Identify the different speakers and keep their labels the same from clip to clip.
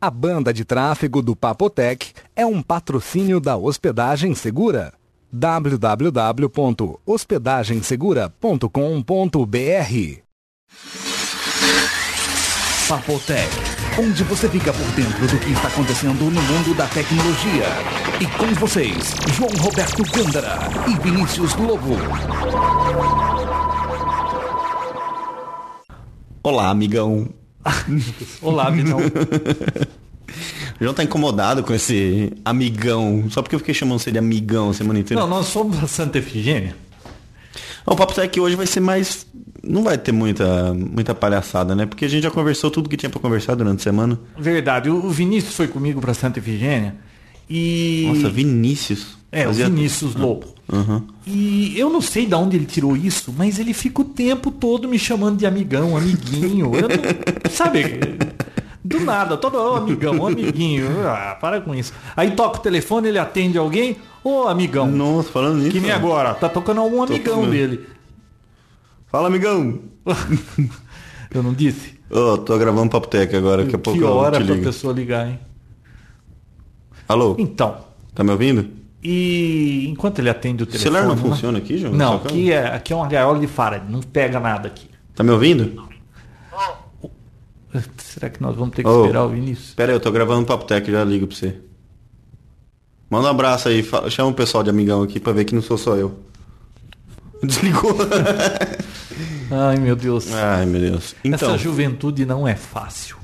Speaker 1: A banda de tráfego do Papotec é um patrocínio da Hospedagem Segura. www.hospedagensegura.com.br
Speaker 2: Papotec, onde você fica por dentro do que está acontecendo no mundo da tecnologia. E com vocês, João Roberto Gândara e Vinícius Lobo.
Speaker 3: Olá, amigão.
Speaker 4: Olá, Minão.
Speaker 3: O João tá incomodado com esse amigão. Só porque eu fiquei chamando você de amigão a semana inteira.
Speaker 4: Não, nós somos a Santa Efigênia.
Speaker 3: O Papo Tech hoje vai ser mais. Não vai ter muita, muita palhaçada, né? Porque a gente já conversou tudo que tinha pra conversar durante a semana.
Speaker 4: Verdade. O o Vinícius foi comigo pra Santa Efigênia e...
Speaker 3: Nossa, Vinícius.
Speaker 4: É, o
Speaker 3: Fazia-
Speaker 4: Vinícius Lobo. E eu não sei de onde ele tirou isso, mas ele fica o tempo todo me chamando de amigão, amiguinho. Eu não- sabe? Do nada, todo ô, amigão, ô, amiguinho. Ah, para com isso. Aí toca o telefone, ele atende alguém, ô amigão.
Speaker 3: Nossa, falando nisso.
Speaker 4: Que nem agora, tá tocando algum amigão
Speaker 3: comendo.
Speaker 4: dele.
Speaker 3: Fala, amigão.
Speaker 4: Eu não disse?
Speaker 3: Ô, tô gravando Papo Tech agora. Daqui a pouco
Speaker 4: que hora
Speaker 3: eu te
Speaker 4: pra
Speaker 3: ligo.
Speaker 4: pessoa ligar, hein?
Speaker 3: Alô,
Speaker 4: Então,
Speaker 3: tá me ouvindo?
Speaker 4: e enquanto ele atende o
Speaker 3: O
Speaker 4: telefone...
Speaker 3: celular não
Speaker 4: né?
Speaker 3: funciona aqui, João?
Speaker 4: Não, é-
Speaker 3: Tá
Speaker 4: aqui é, aqui é uma gaiola de Faraday, não pega nada aqui.
Speaker 3: Tá me ouvindo?
Speaker 4: Será que nós vamos ter que
Speaker 3: Ô.
Speaker 4: esperar o Vinícius?
Speaker 3: Pera aí, eu tô gravando Papo Tech, já ligo pra você. Manda um abraço aí, fa- chama o pessoal de amigão aqui pra ver que não sou só eu. Desligou.
Speaker 4: Ai, meu Deus.
Speaker 3: Ai, meu Deus. É, Então,
Speaker 4: Essa juventude não é fácil.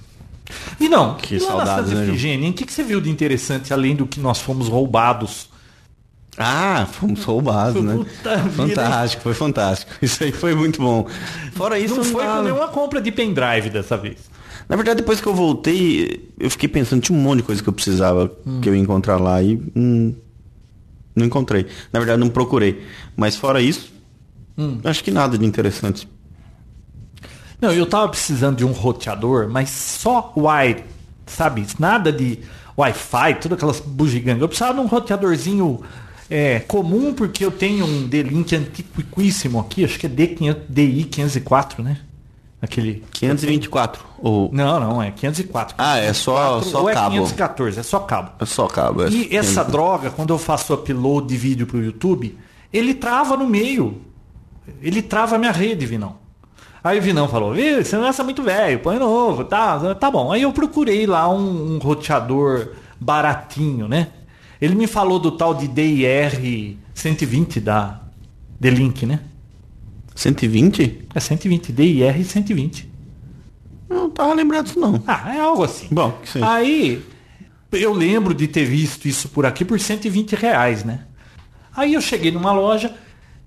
Speaker 4: E não,
Speaker 3: Que
Speaker 4: lá na
Speaker 3: saudades,
Speaker 4: Santa
Speaker 3: né, Ju?
Speaker 4: Efigênia, o que, que você viu de interessante além do que nós fomos roubados?
Speaker 3: ah, fomos roubados, né?
Speaker 4: Puta vida,
Speaker 3: fantástico, foi fantástico. Isso aí foi muito bom. Fora isso,
Speaker 4: não foi
Speaker 3: nada.
Speaker 4: com nenhuma compra de pendrive dessa vez.
Speaker 3: Na verdade, depois que eu voltei, eu fiquei pensando, tinha um monte de coisa que eu precisava que eu ia encontrar lá e hum, não encontrei. Na verdade, não procurei. Mas fora isso, acho que nada de interessante.
Speaker 4: Não, eu tava precisando de um roteador, mas só Wi, sabe? Nada de Wi-Fi, todas aquelas bugigangas. Eu precisava de um roteadorzinho é, comum, porque eu tenho um D-Link antiquíssimo aqui, acho que é D500, DI504, né? Aquele.
Speaker 3: 524. Ou...
Speaker 4: Não, não, é 504.
Speaker 3: Ah, é só, só
Speaker 4: ou é
Speaker 3: cabo.
Speaker 4: 514, é só cabo.
Speaker 3: É só cabo. é.
Speaker 4: E essa droga, quando eu faço upload de vídeo pro YouTube, ele trava no meio. Ele trava a minha rede, Vinão. Aí o Vinão falou, viu, esse negócio é muito velho, põe novo, tá, tá bom. Aí eu procurei lá um, um roteador baratinho, né? Ele me falou do tal de DIR 120 da D-Link, né?
Speaker 3: 120?
Speaker 4: É 120, DIR 120.
Speaker 3: Eu Não tava lembrado disso não.
Speaker 4: Ah, é algo assim.
Speaker 3: Bom, que seja.
Speaker 4: Aí eu lembro de ter visto isso por aqui por 120 reais, né? Aí eu cheguei numa loja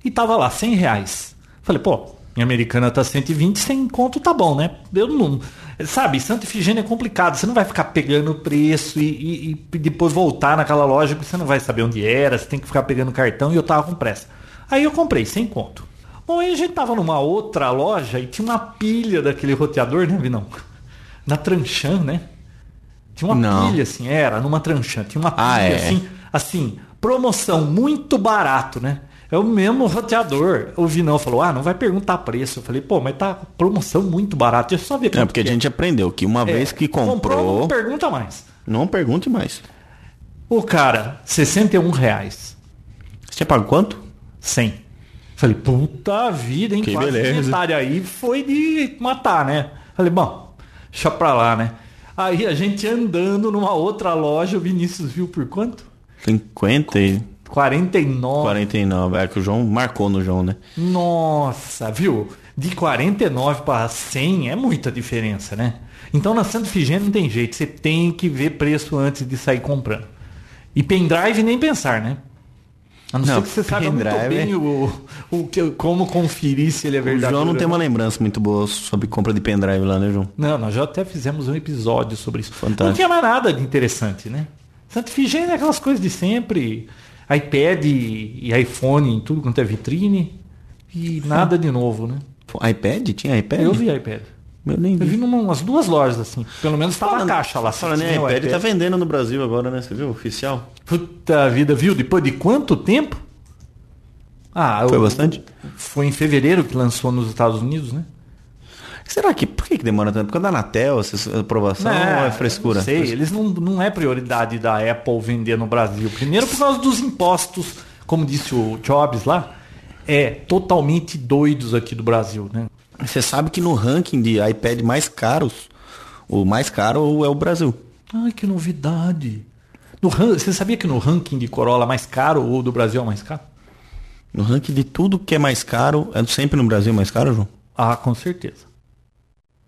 Speaker 4: e tava lá 100 reais. Falei, pô, em americana tá 120, sem conto tá bom, né? Eu não. Sabe, Santa Efigênia é complicado. Você não vai ficar pegando o preço e, e- e depois voltar naquela loja porque você não vai saber onde era, você tem que ficar pegando cartão e eu tava com pressa. Aí eu comprei, sem conto. Bom, aí a gente tava numa outra loja e tinha uma pilha daquele roteador, né, Vinão? Na Tranchan, né? Tinha uma
Speaker 3: Não.
Speaker 4: pilha, assim, era, numa Tranchan. Tinha uma pilha,
Speaker 3: Ah, é.
Speaker 4: assim, assim, promoção muito barato, né? É o mesmo roteador. O Vinão falou, ah, não vai perguntar preço. Eu falei, pô, mas tá promoção muito barata. Deixa eu só ver.
Speaker 3: É
Speaker 4: quanto
Speaker 3: porque a
Speaker 4: que
Speaker 3: gente aprendeu que uma
Speaker 4: É,
Speaker 3: vez que
Speaker 4: Não
Speaker 3: comprou,
Speaker 4: pergunta mais.
Speaker 3: não pergunte mais.
Speaker 4: O cara, 61 reais.
Speaker 3: Você paga quanto?
Speaker 4: 100. Falei, puta vida, hein?
Speaker 3: Que
Speaker 4: Quase
Speaker 3: beleza.
Speaker 4: metade aí foi de matar, né? Falei, bom, deixa pra lá, né? Aí a gente andando numa outra loja, o Vinícius viu por quanto?
Speaker 3: 50 e
Speaker 4: 49.
Speaker 3: 49. É que o João marcou no João, né?
Speaker 4: Nossa, viu? De 49 para 100 é muita diferença, né? Então na Santa Figênia não tem jeito, você tem que ver preço antes de sair comprando. E pendrive nem pensar, né? A não,
Speaker 3: Não,
Speaker 4: ser que você saiba muito
Speaker 3: pendrive é-
Speaker 4: bem o, o que- como conferir se ele é
Speaker 3: O
Speaker 4: verdade.
Speaker 3: João
Speaker 4: ou
Speaker 3: não tem uma lembrança muito boa sobre compra de pendrive lá, né, João?
Speaker 4: Não, nós já até fizemos um episódio sobre isso.
Speaker 3: Fantástico.
Speaker 4: Não tinha mais nada de interessante, né? Santa Figênia é aquelas coisas de sempre. iPad e iPhone em tudo quanto é vitrine. E nada de novo, né?
Speaker 3: Pô, iPad? Tinha iPad?
Speaker 4: Eu vi iPad.
Speaker 3: Eu nem
Speaker 4: Eu vi
Speaker 3: vi.
Speaker 4: numa- umas duas lojas, assim. Pelo menos tava a caixa lá. se um
Speaker 3: Falando em
Speaker 4: tinha o
Speaker 3: iPad, tá vendendo no Brasil agora, né? Você viu? Oficial.
Speaker 4: Puta vida, viu? Depois de quanto tempo? Ah,
Speaker 3: Foi
Speaker 4: o-
Speaker 3: bastante?
Speaker 4: Foi em fevereiro que lançou nos Estados Unidos, né?
Speaker 3: Será que. Por que, que demora tanto? Por causa da Anatel, essa aprovação
Speaker 4: Né,
Speaker 3: ou é
Speaker 4: eu
Speaker 3: frescura?
Speaker 4: Não sei, eles não, não é prioridade da Apple vender no Brasil. Primeiro por causa dos impostos, como disse o Jobs lá, é totalmente doidos aqui do Brasil, né?
Speaker 3: Você sabe que no ranking de iPad mais caros, o mais caro é o Brasil.
Speaker 4: Ai, que novidade. No ran- Você sabia que no ranking de Corolla é mais caro ou do Brasil é o mais caro?
Speaker 3: No ranking de tudo que é mais caro, é sempre no Brasil mais caro, João?
Speaker 4: Ah, com certeza.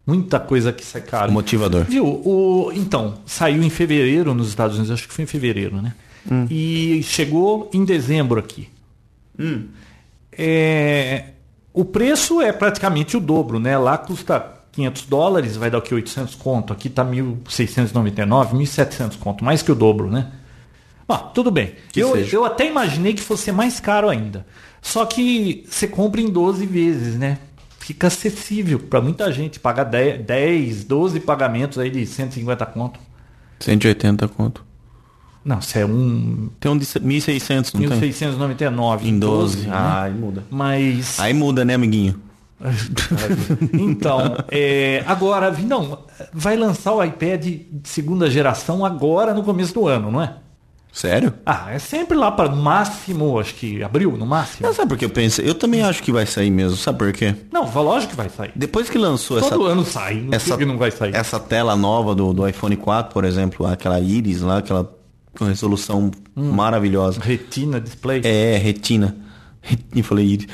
Speaker 4: Muita coisa que sai caro.
Speaker 3: O motivador.
Speaker 4: Viu? O, então, saiu em fevereiro nos Estados Unidos, acho que foi em fevereiro, né? E chegou em dezembro aqui. É, o preço é praticamente o dobro, né? Lá custa 500 dólares, vai dar o que? 800 conto. Aqui tá 1.699, 1.700 conto, mais que o dobro, né? Bom, tudo bem.
Speaker 3: Que
Speaker 4: Eu,
Speaker 3: seja.
Speaker 4: eu até imaginei que fosse mais caro ainda. Só que você compra em 12 vezes, né? Fica acessível para muita gente. Pagar 10, 10, 12 pagamentos aí de 150 conto.
Speaker 3: 180 conto.
Speaker 4: Não, isso é um
Speaker 3: Tem um de 1.600, não tem?
Speaker 4: 1.699.
Speaker 3: Então, Em 12.
Speaker 4: né?
Speaker 3: Ah, aí muda.
Speaker 4: Mas.
Speaker 3: Aí muda, né, amiguinho?
Speaker 4: Então, é, agora, não, vai lançar o iPad de segunda geração agora no começo do ano, não é?
Speaker 3: Sério?
Speaker 4: Ah, é sempre lá para máximo, acho que abril, no máximo.
Speaker 3: Não, sabe por que eu pensei? Eu também acho que vai sair mesmo. Sabe por quê?
Speaker 4: Não, vai- lógico que vai sair.
Speaker 3: Depois que lançou essa,
Speaker 4: Todo ano sai, não
Speaker 3: essa,
Speaker 4: sei que não vai sair.
Speaker 3: essa tela nova do, do iPhone 4, por exemplo, aquela íris lá, aquela com resolução
Speaker 4: Hum.
Speaker 3: maravilhosa.
Speaker 4: Retina, display.
Speaker 3: É, retina. Eu falei íris.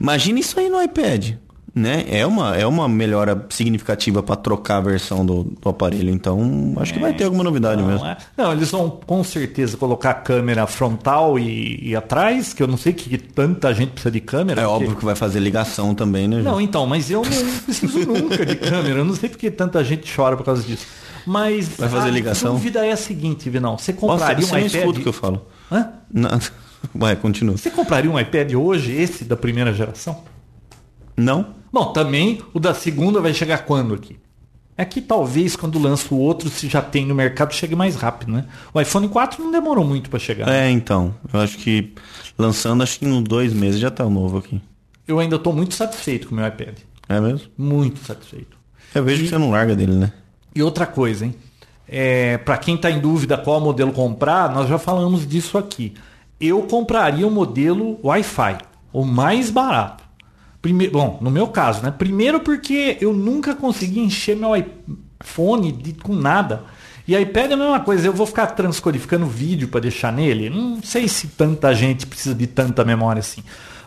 Speaker 3: Imagina isso aí no iPad. Né? É, uma, é uma melhora significativa para trocar a versão do, do aparelho. Então, acho que vai ter alguma novidade mesmo.
Speaker 4: Não, é- não, eles vão com certeza colocar a câmera frontal e, e atrás, que eu não sei que tanta gente precisa de câmera.
Speaker 3: É
Speaker 4: porque-
Speaker 3: óbvio que vai fazer ligação também, né? João?
Speaker 4: Não, então, mas eu não preciso nunca de câmera. Eu não sei porque tanta gente chora por causa disso. Mas
Speaker 3: Vai fazer
Speaker 4: a
Speaker 3: ligação?
Speaker 4: dúvida é a seguinte, Vinão. Você
Speaker 3: Nossa,
Speaker 4: compraria
Speaker 3: você
Speaker 4: um
Speaker 3: não
Speaker 4: iPad?
Speaker 3: escuta o que eu falo.
Speaker 4: Hã?
Speaker 3: Não. Vai, continua.
Speaker 4: Você compraria um iPad hoje, esse da primeira geração?
Speaker 3: Não?
Speaker 4: Bom, também o da segunda vai chegar quando aqui? É que talvez quando lança o outro, se já tem no mercado, chegue mais rápido, né? O iPhone 4 não demorou muito para chegar.
Speaker 3: É, então. Eu acho que lançando, acho que em uns dois meses já tá o novo aqui.
Speaker 4: Eu ainda estou muito satisfeito com o meu iPad.
Speaker 3: É mesmo?
Speaker 4: Muito satisfeito.
Speaker 3: Eu vejo que você não larga dele, né?
Speaker 4: E outra coisa, hein? É, para quem está em dúvida qual modelo comprar, nós já falamos disso aqui. Eu compraria o modelo Wi-Fi, o mais barato. Primeiro, bom, no meu caso, né? Primeiro porque eu nunca consegui encher meu iPhone de- com nada. E iPad é a mesma coisa, eu vou ficar transcodificando vídeo para deixar nele. Não sei se tanta gente precisa de tanta memória assim.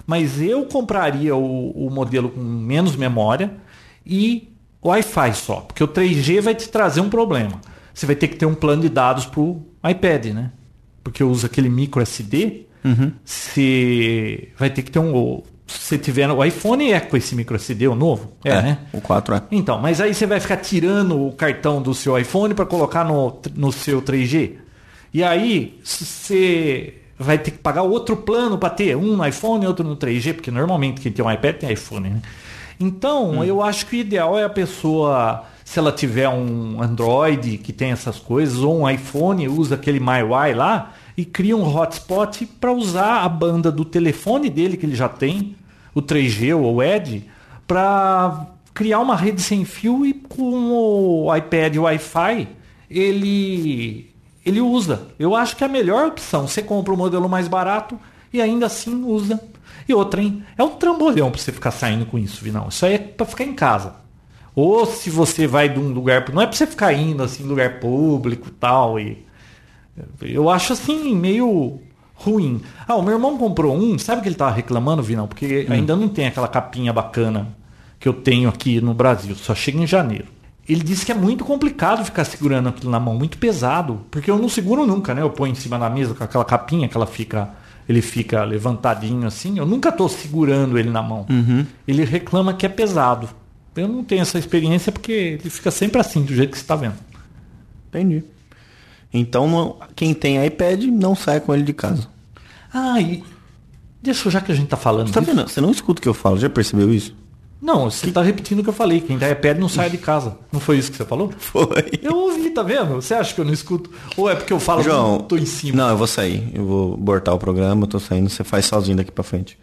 Speaker 4: Mas eu compraria o- o modelo com menos memória e Wi-Fi só, porque o 3G vai te trazer um problema. Você vai ter que ter um plano de dados para o iPad, né? Porque usa aquele micro SD, você vai ter que ter um. Se você tiver o iPhone é com esse micro SD o novo, é, né?
Speaker 3: O 4 é.
Speaker 4: Então, mas aí você vai ficar tirando o cartão do seu iPhone para colocar no, no seu 3G. E aí se você vai ter que pagar outro plano para ter um no iPhone e outro no 3G, porque normalmente quem tem um iPad tem iPhone, né? Então, eu acho que o ideal é a pessoa, se ela tiver um Android que tem essas coisas, ou um iPhone, usa aquele MyWi lá e cria um hotspot para usar a banda do telefone dele que ele já tem, o 3G ou o Edge, para criar uma rede sem fio e com o iPad e Wi-Fi ele ele usa. Eu acho que é a melhor opção. Você compra o modelo mais barato e ainda assim usa. E outra, hein? É um trambolhão para você ficar saindo com isso, Vinão. Isso aí é para ficar em casa. Ou se você vai de um lugar, pro- não é para você ficar indo assim, em lugar público, e tal e eu acho assim, meio ruim. Ah, o meu irmão comprou um, sabe que ele tava reclamando, Vinão? Porque ainda não tem aquela capinha bacana que eu tenho aqui no Brasil, só chega em janeiro. Ele disse que é muito complicado ficar segurando aquilo na mão, muito pesado, porque eu não seguro nunca, né? Eu ponho em cima da mesa com aquela capinha que ela fica, ele fica levantadinho assim, eu nunca tô segurando ele na mão. Ele reclama que é pesado. Eu não tenho essa experiência porque ele fica sempre assim, do jeito que você tá vendo.
Speaker 3: Entendi. Então, não- quem tem iPad não sai com ele de casa.
Speaker 4: Ah, e deixa eu, já que a gente tá falando
Speaker 3: Você tá vendo? Você não escuta o que eu falo, já percebeu isso?
Speaker 4: Não, você tá repetindo o que eu falei. Quem dá iPad não sai de casa. Não foi isso que você falou?
Speaker 3: Foi.
Speaker 4: Eu ouvi, tá vendo? Você acha que eu não escuto? Ou é porque eu falo
Speaker 3: João,
Speaker 4: que eu tô em cima?
Speaker 3: Não, eu vou sair. Eu vou abortar o programa, eu tô saindo, você faz sozinho daqui pra frente.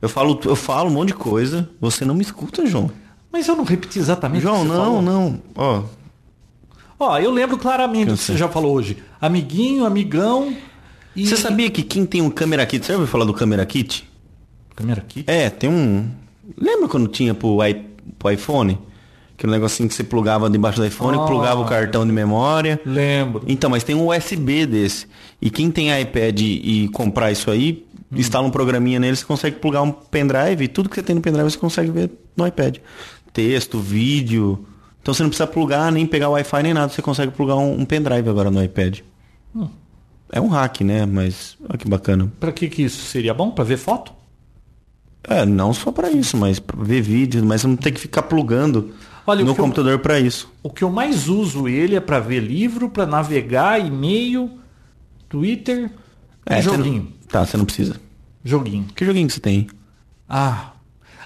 Speaker 3: Eu falo, eu falo um monte de coisa, você não me escuta, João.
Speaker 4: Mas eu não repeti exatamente o
Speaker 3: João,
Speaker 4: que você
Speaker 3: não,
Speaker 4: falou.
Speaker 3: não. Ó,
Speaker 4: Ó, eu lembro claramente o que
Speaker 3: Cansei.
Speaker 4: você já falou hoje. Amiguinho, amigão e...
Speaker 3: você sabia que quem tem um câmera kit, você já ouviu falar do câmera kit?
Speaker 4: Câmera aqui?
Speaker 3: É, tem um. Lembra quando tinha pro, i... pro iPhone? Aquele negocinho que você plugava debaixo do iPhone,
Speaker 4: Ah.
Speaker 3: plugava o cartão de memória.
Speaker 4: Lembro.
Speaker 3: Então, mas tem um USB desse. E quem tem iPad e comprar isso aí,
Speaker 4: Hum.
Speaker 3: instala um programinha nele, você consegue plugar um pendrive e tudo que você tem no pendrive você consegue ver no iPad. Texto, vídeo. Então você não precisa plugar nem pegar Wi-Fi nem nada, você consegue plugar um, um pendrive agora no iPad.
Speaker 4: Hum.
Speaker 3: É um hack, né? Mas olha que bacana.
Speaker 4: Pra que que isso seria bom? Pra ver foto?
Speaker 3: É, não só pra isso, mas pra ver vídeo, mas você não tem que ficar plugando
Speaker 4: Olha, o
Speaker 3: no
Speaker 4: que eu-
Speaker 3: computador pra isso.
Speaker 4: O que eu mais uso ele é pra ver livro, pra navegar, e-mail, Twitter,
Speaker 3: você
Speaker 4: joguinho.
Speaker 3: não- Tá, você não precisa.
Speaker 4: Joguinho.
Speaker 3: Que joguinho que você tem?
Speaker 4: Ah.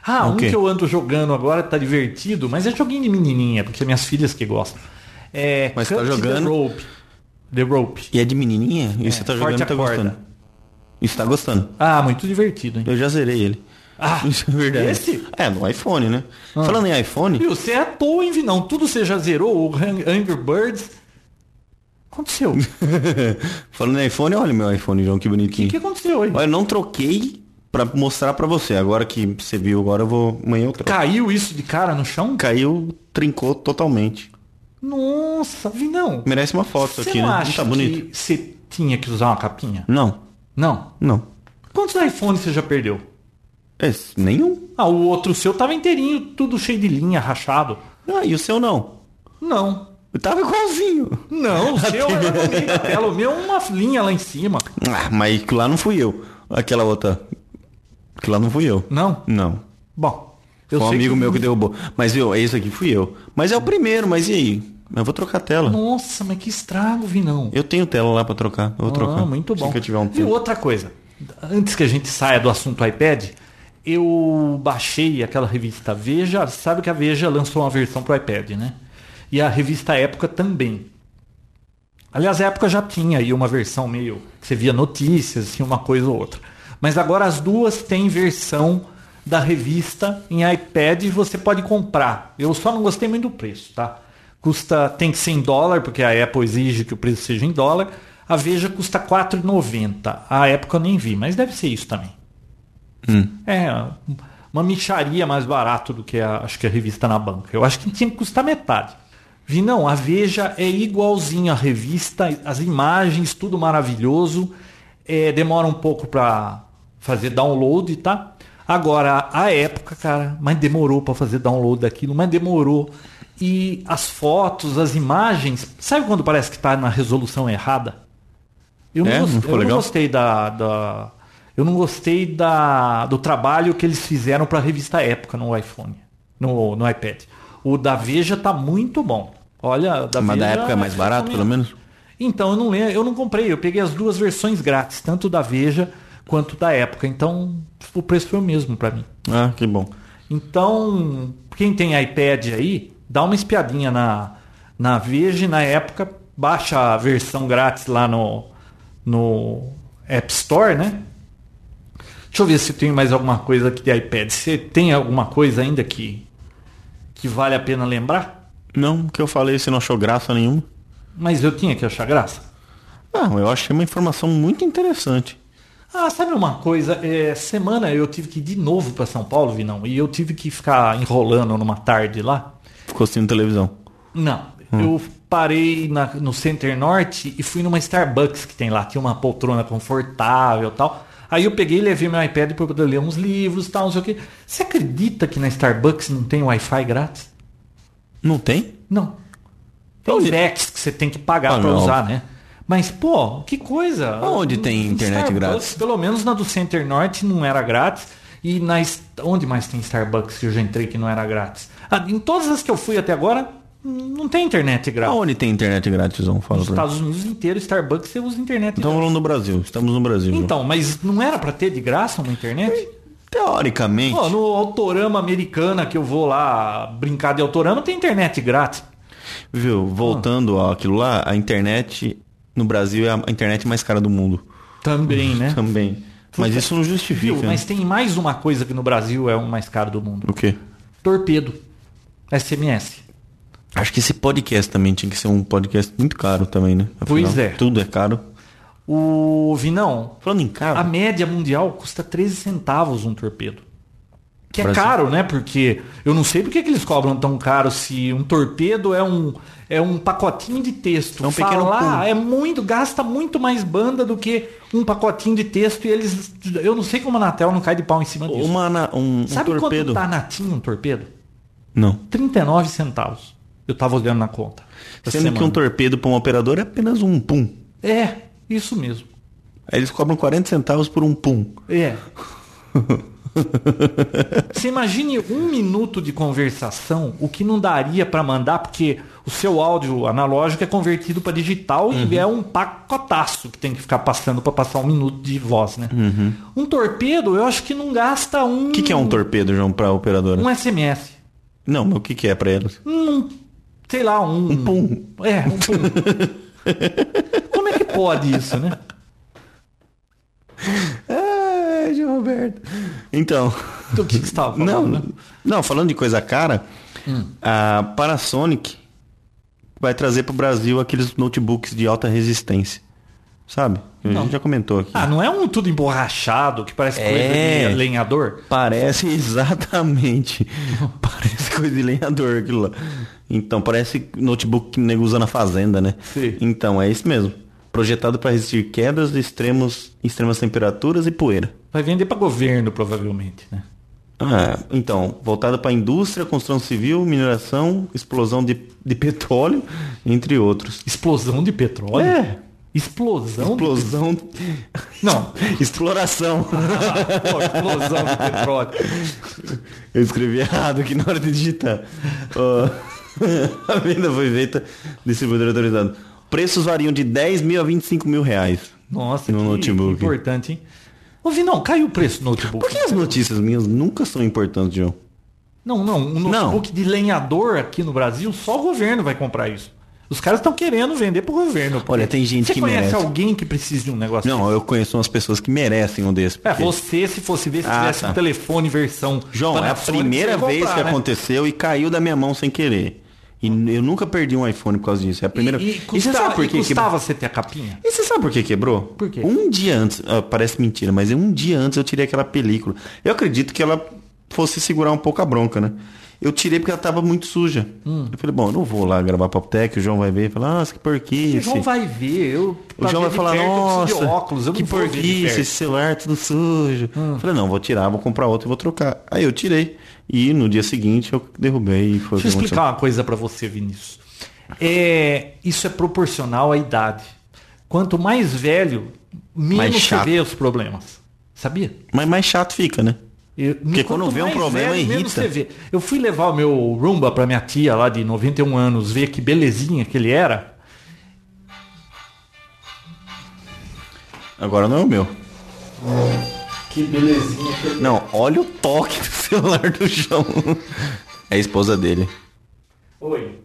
Speaker 4: Ah, um
Speaker 3: Ok.
Speaker 4: que eu ando jogando agora tá divertido, mas é joguinho de menininha, porque é minhas filhas que gostam. É
Speaker 3: Mas tá
Speaker 4: Cut
Speaker 3: jogando?
Speaker 4: The Rope. The Rope.
Speaker 3: E é de menininha? E você tá
Speaker 4: forte
Speaker 3: jogando e tá
Speaker 4: a corda.
Speaker 3: gostando. E você tá gostando.
Speaker 4: Ah, muito divertido, hein?
Speaker 3: Eu já zerei ele.
Speaker 4: Ah,
Speaker 3: Isso é verdade.
Speaker 4: esse? Ah.
Speaker 3: É, no iPhone, né? Falando em iPhone,
Speaker 4: Viu, você é à toa, hein, Vinão? Tudo você já zerou, o Hang- Angry Birds. Aconteceu. O
Speaker 3: falando em iPhone, olha meu iPhone, João, que bonitinho.
Speaker 4: que, que aconteceu, hein?
Speaker 3: Olha, eu não troquei pra mostrar pra você. Agora que você viu, agora eu vou. Amanhã eu troco.
Speaker 4: Caiu isso de cara no chão?
Speaker 3: Caiu, trincou totalmente.
Speaker 4: Nossa, Vinão.
Speaker 3: Merece uma foto
Speaker 4: Você
Speaker 3: aqui,
Speaker 4: não
Speaker 3: né?
Speaker 4: acha
Speaker 3: não tá bonito.
Speaker 4: que você tinha que usar uma capinha?
Speaker 3: Não,
Speaker 4: Não.
Speaker 3: não.
Speaker 4: Quantos iPhones você já perdeu?
Speaker 3: Esse, nenhum.
Speaker 4: Ah, o outro seu tava inteirinho, tudo cheio de linha, rachado.
Speaker 3: Ah, e o seu não?
Speaker 4: Não.
Speaker 3: Eu tava igualzinho.
Speaker 4: Não, o seu era bonito. a tela. O meu é uma linha lá em cima.
Speaker 3: Ah, mas que lá não fui eu. Aquela outra. Que lá não fui eu.
Speaker 4: Não?
Speaker 3: Não.
Speaker 4: Bom.
Speaker 3: Foi um
Speaker 4: sei
Speaker 3: amigo
Speaker 4: que-
Speaker 3: meu que derrubou. Mas viu, esse aqui fui eu. Mas é o primeiro, mas e aí? Eu vou trocar a tela.
Speaker 4: Nossa, mas que estrago, Vinão.
Speaker 3: Eu tenho tela lá pra trocar. Eu vou trocar.
Speaker 4: Ah, muito
Speaker 3: Assim
Speaker 4: bom.
Speaker 3: que eu tiver um
Speaker 4: E
Speaker 3: tempo.
Speaker 4: outra coisa, antes que a gente saia do assunto iPad, eu baixei aquela revista Veja, sabe que a Veja lançou uma versão para o iPad, né? E a revista Época também. Aliás, a Época já tinha aí uma versão meio que você via notícias, assim, uma coisa ou outra. Mas agora as duas têm versão da revista em iPad e você pode comprar. Eu só não gostei muito do preço, tá? Custa, tem que ser em dólar, porque a Apple exige que o preço seja em dólar. A Veja custa 4,90. A época eu nem vi, mas deve ser isso também. É, uma micharia mais barato do que a, acho que a revista na banca. Eu acho que tinha que custar metade. Vi, não, a Veja é igualzinho à revista, as imagens, tudo maravilhoso. É, demora um pouco para fazer download, tá? Agora, a época, cara, mas demorou para fazer download daquilo, mas demorou. E as fotos, as imagens, sabe quando parece que tá na resolução errada? Eu não,
Speaker 3: É? Não
Speaker 4: gos-
Speaker 3: ficou
Speaker 4: eu não
Speaker 3: legal?
Speaker 4: gostei da, da- eu não gostei da, do trabalho que eles fizeram para a revista Época no iPhone, no, no iPad. O da Veja tá muito bom. Olha, o da
Speaker 3: Mas da
Speaker 4: Veja
Speaker 3: época é mais barato, pelo menos?
Speaker 4: Então eu não lembro, eu não comprei, eu peguei as duas versões grátis, tanto da Veja quanto da Época. Então o preço foi o mesmo para mim.
Speaker 3: Ah, que bom.
Speaker 4: Então, quem tem iPad aí, dá uma espiadinha na, na Veja e na época, baixa a versão grátis lá no, no App Store, né? Deixa eu ver se tem mais alguma coisa aqui de iPad. Você tem alguma coisa ainda que, que vale a pena lembrar?
Speaker 3: Não, o que eu falei, você não achou graça nenhuma?
Speaker 4: Mas eu tinha que achar graça.
Speaker 3: Ah, eu achei uma informação muito interessante.
Speaker 4: Ah, sabe uma coisa? É, semana eu tive que ir de novo para São Paulo, Vinão, e eu tive que ficar enrolando numa tarde lá.
Speaker 3: Ficou assistindo televisão.
Speaker 4: Não. Eu parei na- no Center Norte e fui numa Starbucks que tem lá. Tinha uma poltrona confortável e tal. Aí eu peguei e levei meu iPad para poder ler uns livros e tal, não sei o quê. Você acredita que na Starbucks não tem Wi-Fi grátis?
Speaker 3: Não tem?
Speaker 4: Não. Tem
Speaker 3: Onde?
Speaker 4: VEX que você tem que pagar
Speaker 3: Ah,
Speaker 4: pra
Speaker 3: não.
Speaker 4: usar, né? Mas, pô, que coisa.
Speaker 3: Aonde tem
Speaker 4: No
Speaker 3: internet
Speaker 4: Starbucks,
Speaker 3: grátis?
Speaker 4: Pelo menos na do Center Norte não era grátis. E na. est- Onde mais tem Starbucks que eu já entrei que não era grátis? Ah, em todas as que eu fui até agora, hum, não tem internet grátis.
Speaker 3: Aonde tem internet grátis, João? Fala
Speaker 4: Nos
Speaker 3: pra mim.
Speaker 4: Estados Unidos inteiro, Starbucks, você usa internet.
Speaker 3: Estamos falando do Brasil. Estamos no Brasil. João.
Speaker 4: Então, mas não era pra ter de graça uma internet?
Speaker 3: Teoricamente.
Speaker 4: Pô, no Autorama americana que eu vou lá brincar de Autorama, tem internet grátis.
Speaker 3: Viu, voltando àquilo lá, a internet no Brasil é a a internet mais cara do mundo.
Speaker 4: Também, né?
Speaker 3: Também. Mas isso não justifica.
Speaker 4: Viu? Mas tem mais uma coisa que no Brasil é o mais caro do mundo.
Speaker 3: O quê?
Speaker 4: Torpedo. SMS.
Speaker 3: Acho que esse podcast também tinha que ser um podcast muito caro também, né?
Speaker 4: Pois é.
Speaker 3: Tudo é caro.
Speaker 4: O Vinão,
Speaker 3: Falando em
Speaker 4: a
Speaker 3: caro,
Speaker 4: média mundial custa 13 centavos um torpedo. Que é
Speaker 3: Brasil.
Speaker 4: caro, né? Porque eu não sei por que que eles cobram tão caro se um torpedo é um, é um pacotinho de texto.
Speaker 3: É um pequeno
Speaker 4: Falar
Speaker 3: pão.
Speaker 4: é muito, gasta muito mais banda do que um pacotinho de texto e eles. Eu não sei como a Anatel não cai de pau em cima disso.
Speaker 3: uma, ana- um, um
Speaker 4: Sabe
Speaker 3: torpedo.
Speaker 4: quanto tá natinho um torpedo?
Speaker 3: Não.
Speaker 4: 39 centavos. Eu tava olhando na conta. essa
Speaker 3: Sendo que
Speaker 4: semana.
Speaker 3: um torpedo para um operador é apenas um pum.
Speaker 4: É, isso mesmo.
Speaker 3: Aí eles cobram 40 centavos por um pum.
Speaker 4: É. Você imagine um minuto de conversação, o que não daria pra mandar, porque o seu áudio analógico é convertido pra digital
Speaker 3: Uhum.
Speaker 4: e é um pacotaço que tem que ficar passando pra passar um minuto de voz, né? Um torpedo, eu acho que não gasta um.
Speaker 3: O Uhum. que, que é um torpedo, João, para operadora?
Speaker 4: Um SMS.
Speaker 3: Não, mas o que, que é para eles?
Speaker 4: Hum. Sei lá, um.
Speaker 3: Um pum.
Speaker 4: É, um pum. Como é que pode isso, né?
Speaker 3: É, João Roberto. Então.
Speaker 4: Do que, que você tava falando? né? Hum.
Speaker 3: Não, não, falando de coisa cara, a Panasonic vai trazer para o Brasil aqueles notebooks de alta resistência. Sabe? A gente já comentou aqui.
Speaker 4: Ah, não é um tudo emborrachado que parece coisa
Speaker 3: É.
Speaker 4: de lenhador?
Speaker 3: Parece exatamente. Parece coisa de lenhador aquilo lá. Então, parece notebook que o nego usa na fazenda, né?
Speaker 4: Sim.
Speaker 3: Então, é isso mesmo. Projetado para resistir quedas de extremos, extremas temperaturas e poeira.
Speaker 4: Vai vender pra governo, provavelmente, né?
Speaker 3: Ah, então, voltada para indústria, construção civil, mineração, explosão de, de petróleo, entre outros.
Speaker 4: Explosão de petróleo?
Speaker 3: É.
Speaker 4: Explosão? de-
Speaker 3: Explosão.
Speaker 4: Não.
Speaker 3: Exploração.
Speaker 4: Pô, explosão de petróleo.
Speaker 3: Eu escrevi errado aqui na hora de digitar. Ó, a venda foi feita distribuidor autorizado. Preços variam de 10 mil a 25 mil reais.
Speaker 4: Nossa,
Speaker 3: No
Speaker 4: que,
Speaker 3: notebook.
Speaker 4: que importante, hein? Ô, Vinão, caiu o preço do notebook.
Speaker 3: Por que as notícias minhas nunca são importantes, João?
Speaker 4: Não, não. Um notebook de lenhador aqui no Brasil, só o governo vai comprar isso. Os caras estão querendo vender pro governo.
Speaker 3: Olha, tem gente
Speaker 4: Você
Speaker 3: que
Speaker 4: conhece
Speaker 3: merece.
Speaker 4: alguém que precisa de um negócio
Speaker 3: Não, eu conheço umas pessoas que merecem um desse.
Speaker 4: É,
Speaker 3: porque-
Speaker 4: você, se fosse ver, se
Speaker 3: Ah,
Speaker 4: tivesse
Speaker 3: tá.
Speaker 4: um telefone versão.
Speaker 3: João, é a
Speaker 4: Panasonic,
Speaker 3: primeira
Speaker 4: você ia
Speaker 3: vez que
Speaker 4: comprar, né?
Speaker 3: aconteceu e caiu da minha mão sem querer. E n- eu nunca perdi um iPhone por causa disso. É a primeira
Speaker 4: E, e,
Speaker 3: vez.
Speaker 4: custa,
Speaker 3: sabe por
Speaker 4: e
Speaker 3: que
Speaker 4: custava você ter a capinha?
Speaker 3: E você sabe por que quebrou?
Speaker 4: Por quê?
Speaker 3: Um dia antes, ah, parece mentira, mas um dia antes eu tirei aquela película. Eu acredito que ela fosse segurar um pouco a bronca, né? Eu tirei porque ela tava muito suja.
Speaker 4: Hum.
Speaker 3: Eu falei, bom, eu não vou lá gravar papo tech, o João vai ver e falar, nossa, que porquê.
Speaker 4: O João vai ver, eu.
Speaker 3: O
Speaker 4: pra
Speaker 3: João vai
Speaker 4: ver de
Speaker 3: falar,
Speaker 4: perto, eu preciso
Speaker 3: nossa,
Speaker 4: de óculos, eu
Speaker 3: que
Speaker 4: não vou ver de
Speaker 3: porquice,
Speaker 4: perto." Ah.
Speaker 3: esse celular é tudo sujo. Eu Falei, não, vou tirar, vou comprar outro e vou trocar. Aí eu tirei. E no dia seguinte eu derrubei e foi o
Speaker 4: Deixa eu
Speaker 3: que aconteceu.
Speaker 4: explicar uma coisa pra você, Vinícius. É, isso é proporcional à idade. Quanto mais velho, menos você
Speaker 3: chato.
Speaker 4: vê os problemas. Sabia?
Speaker 3: Mas mais chato fica, né?
Speaker 4: Eu-
Speaker 3: Porque quando
Speaker 4: quanto
Speaker 3: vê um
Speaker 4: mais
Speaker 3: problema,
Speaker 4: menos
Speaker 3: irrita.
Speaker 4: você vê. Eu fui levar o meu Roomba pra minha tia lá de 91 anos, ver que belezinha que ele era.
Speaker 3: Agora não é o meu. Que belezinha. Não, olha o toque do celular do João. É a esposa dele.
Speaker 4: Oi,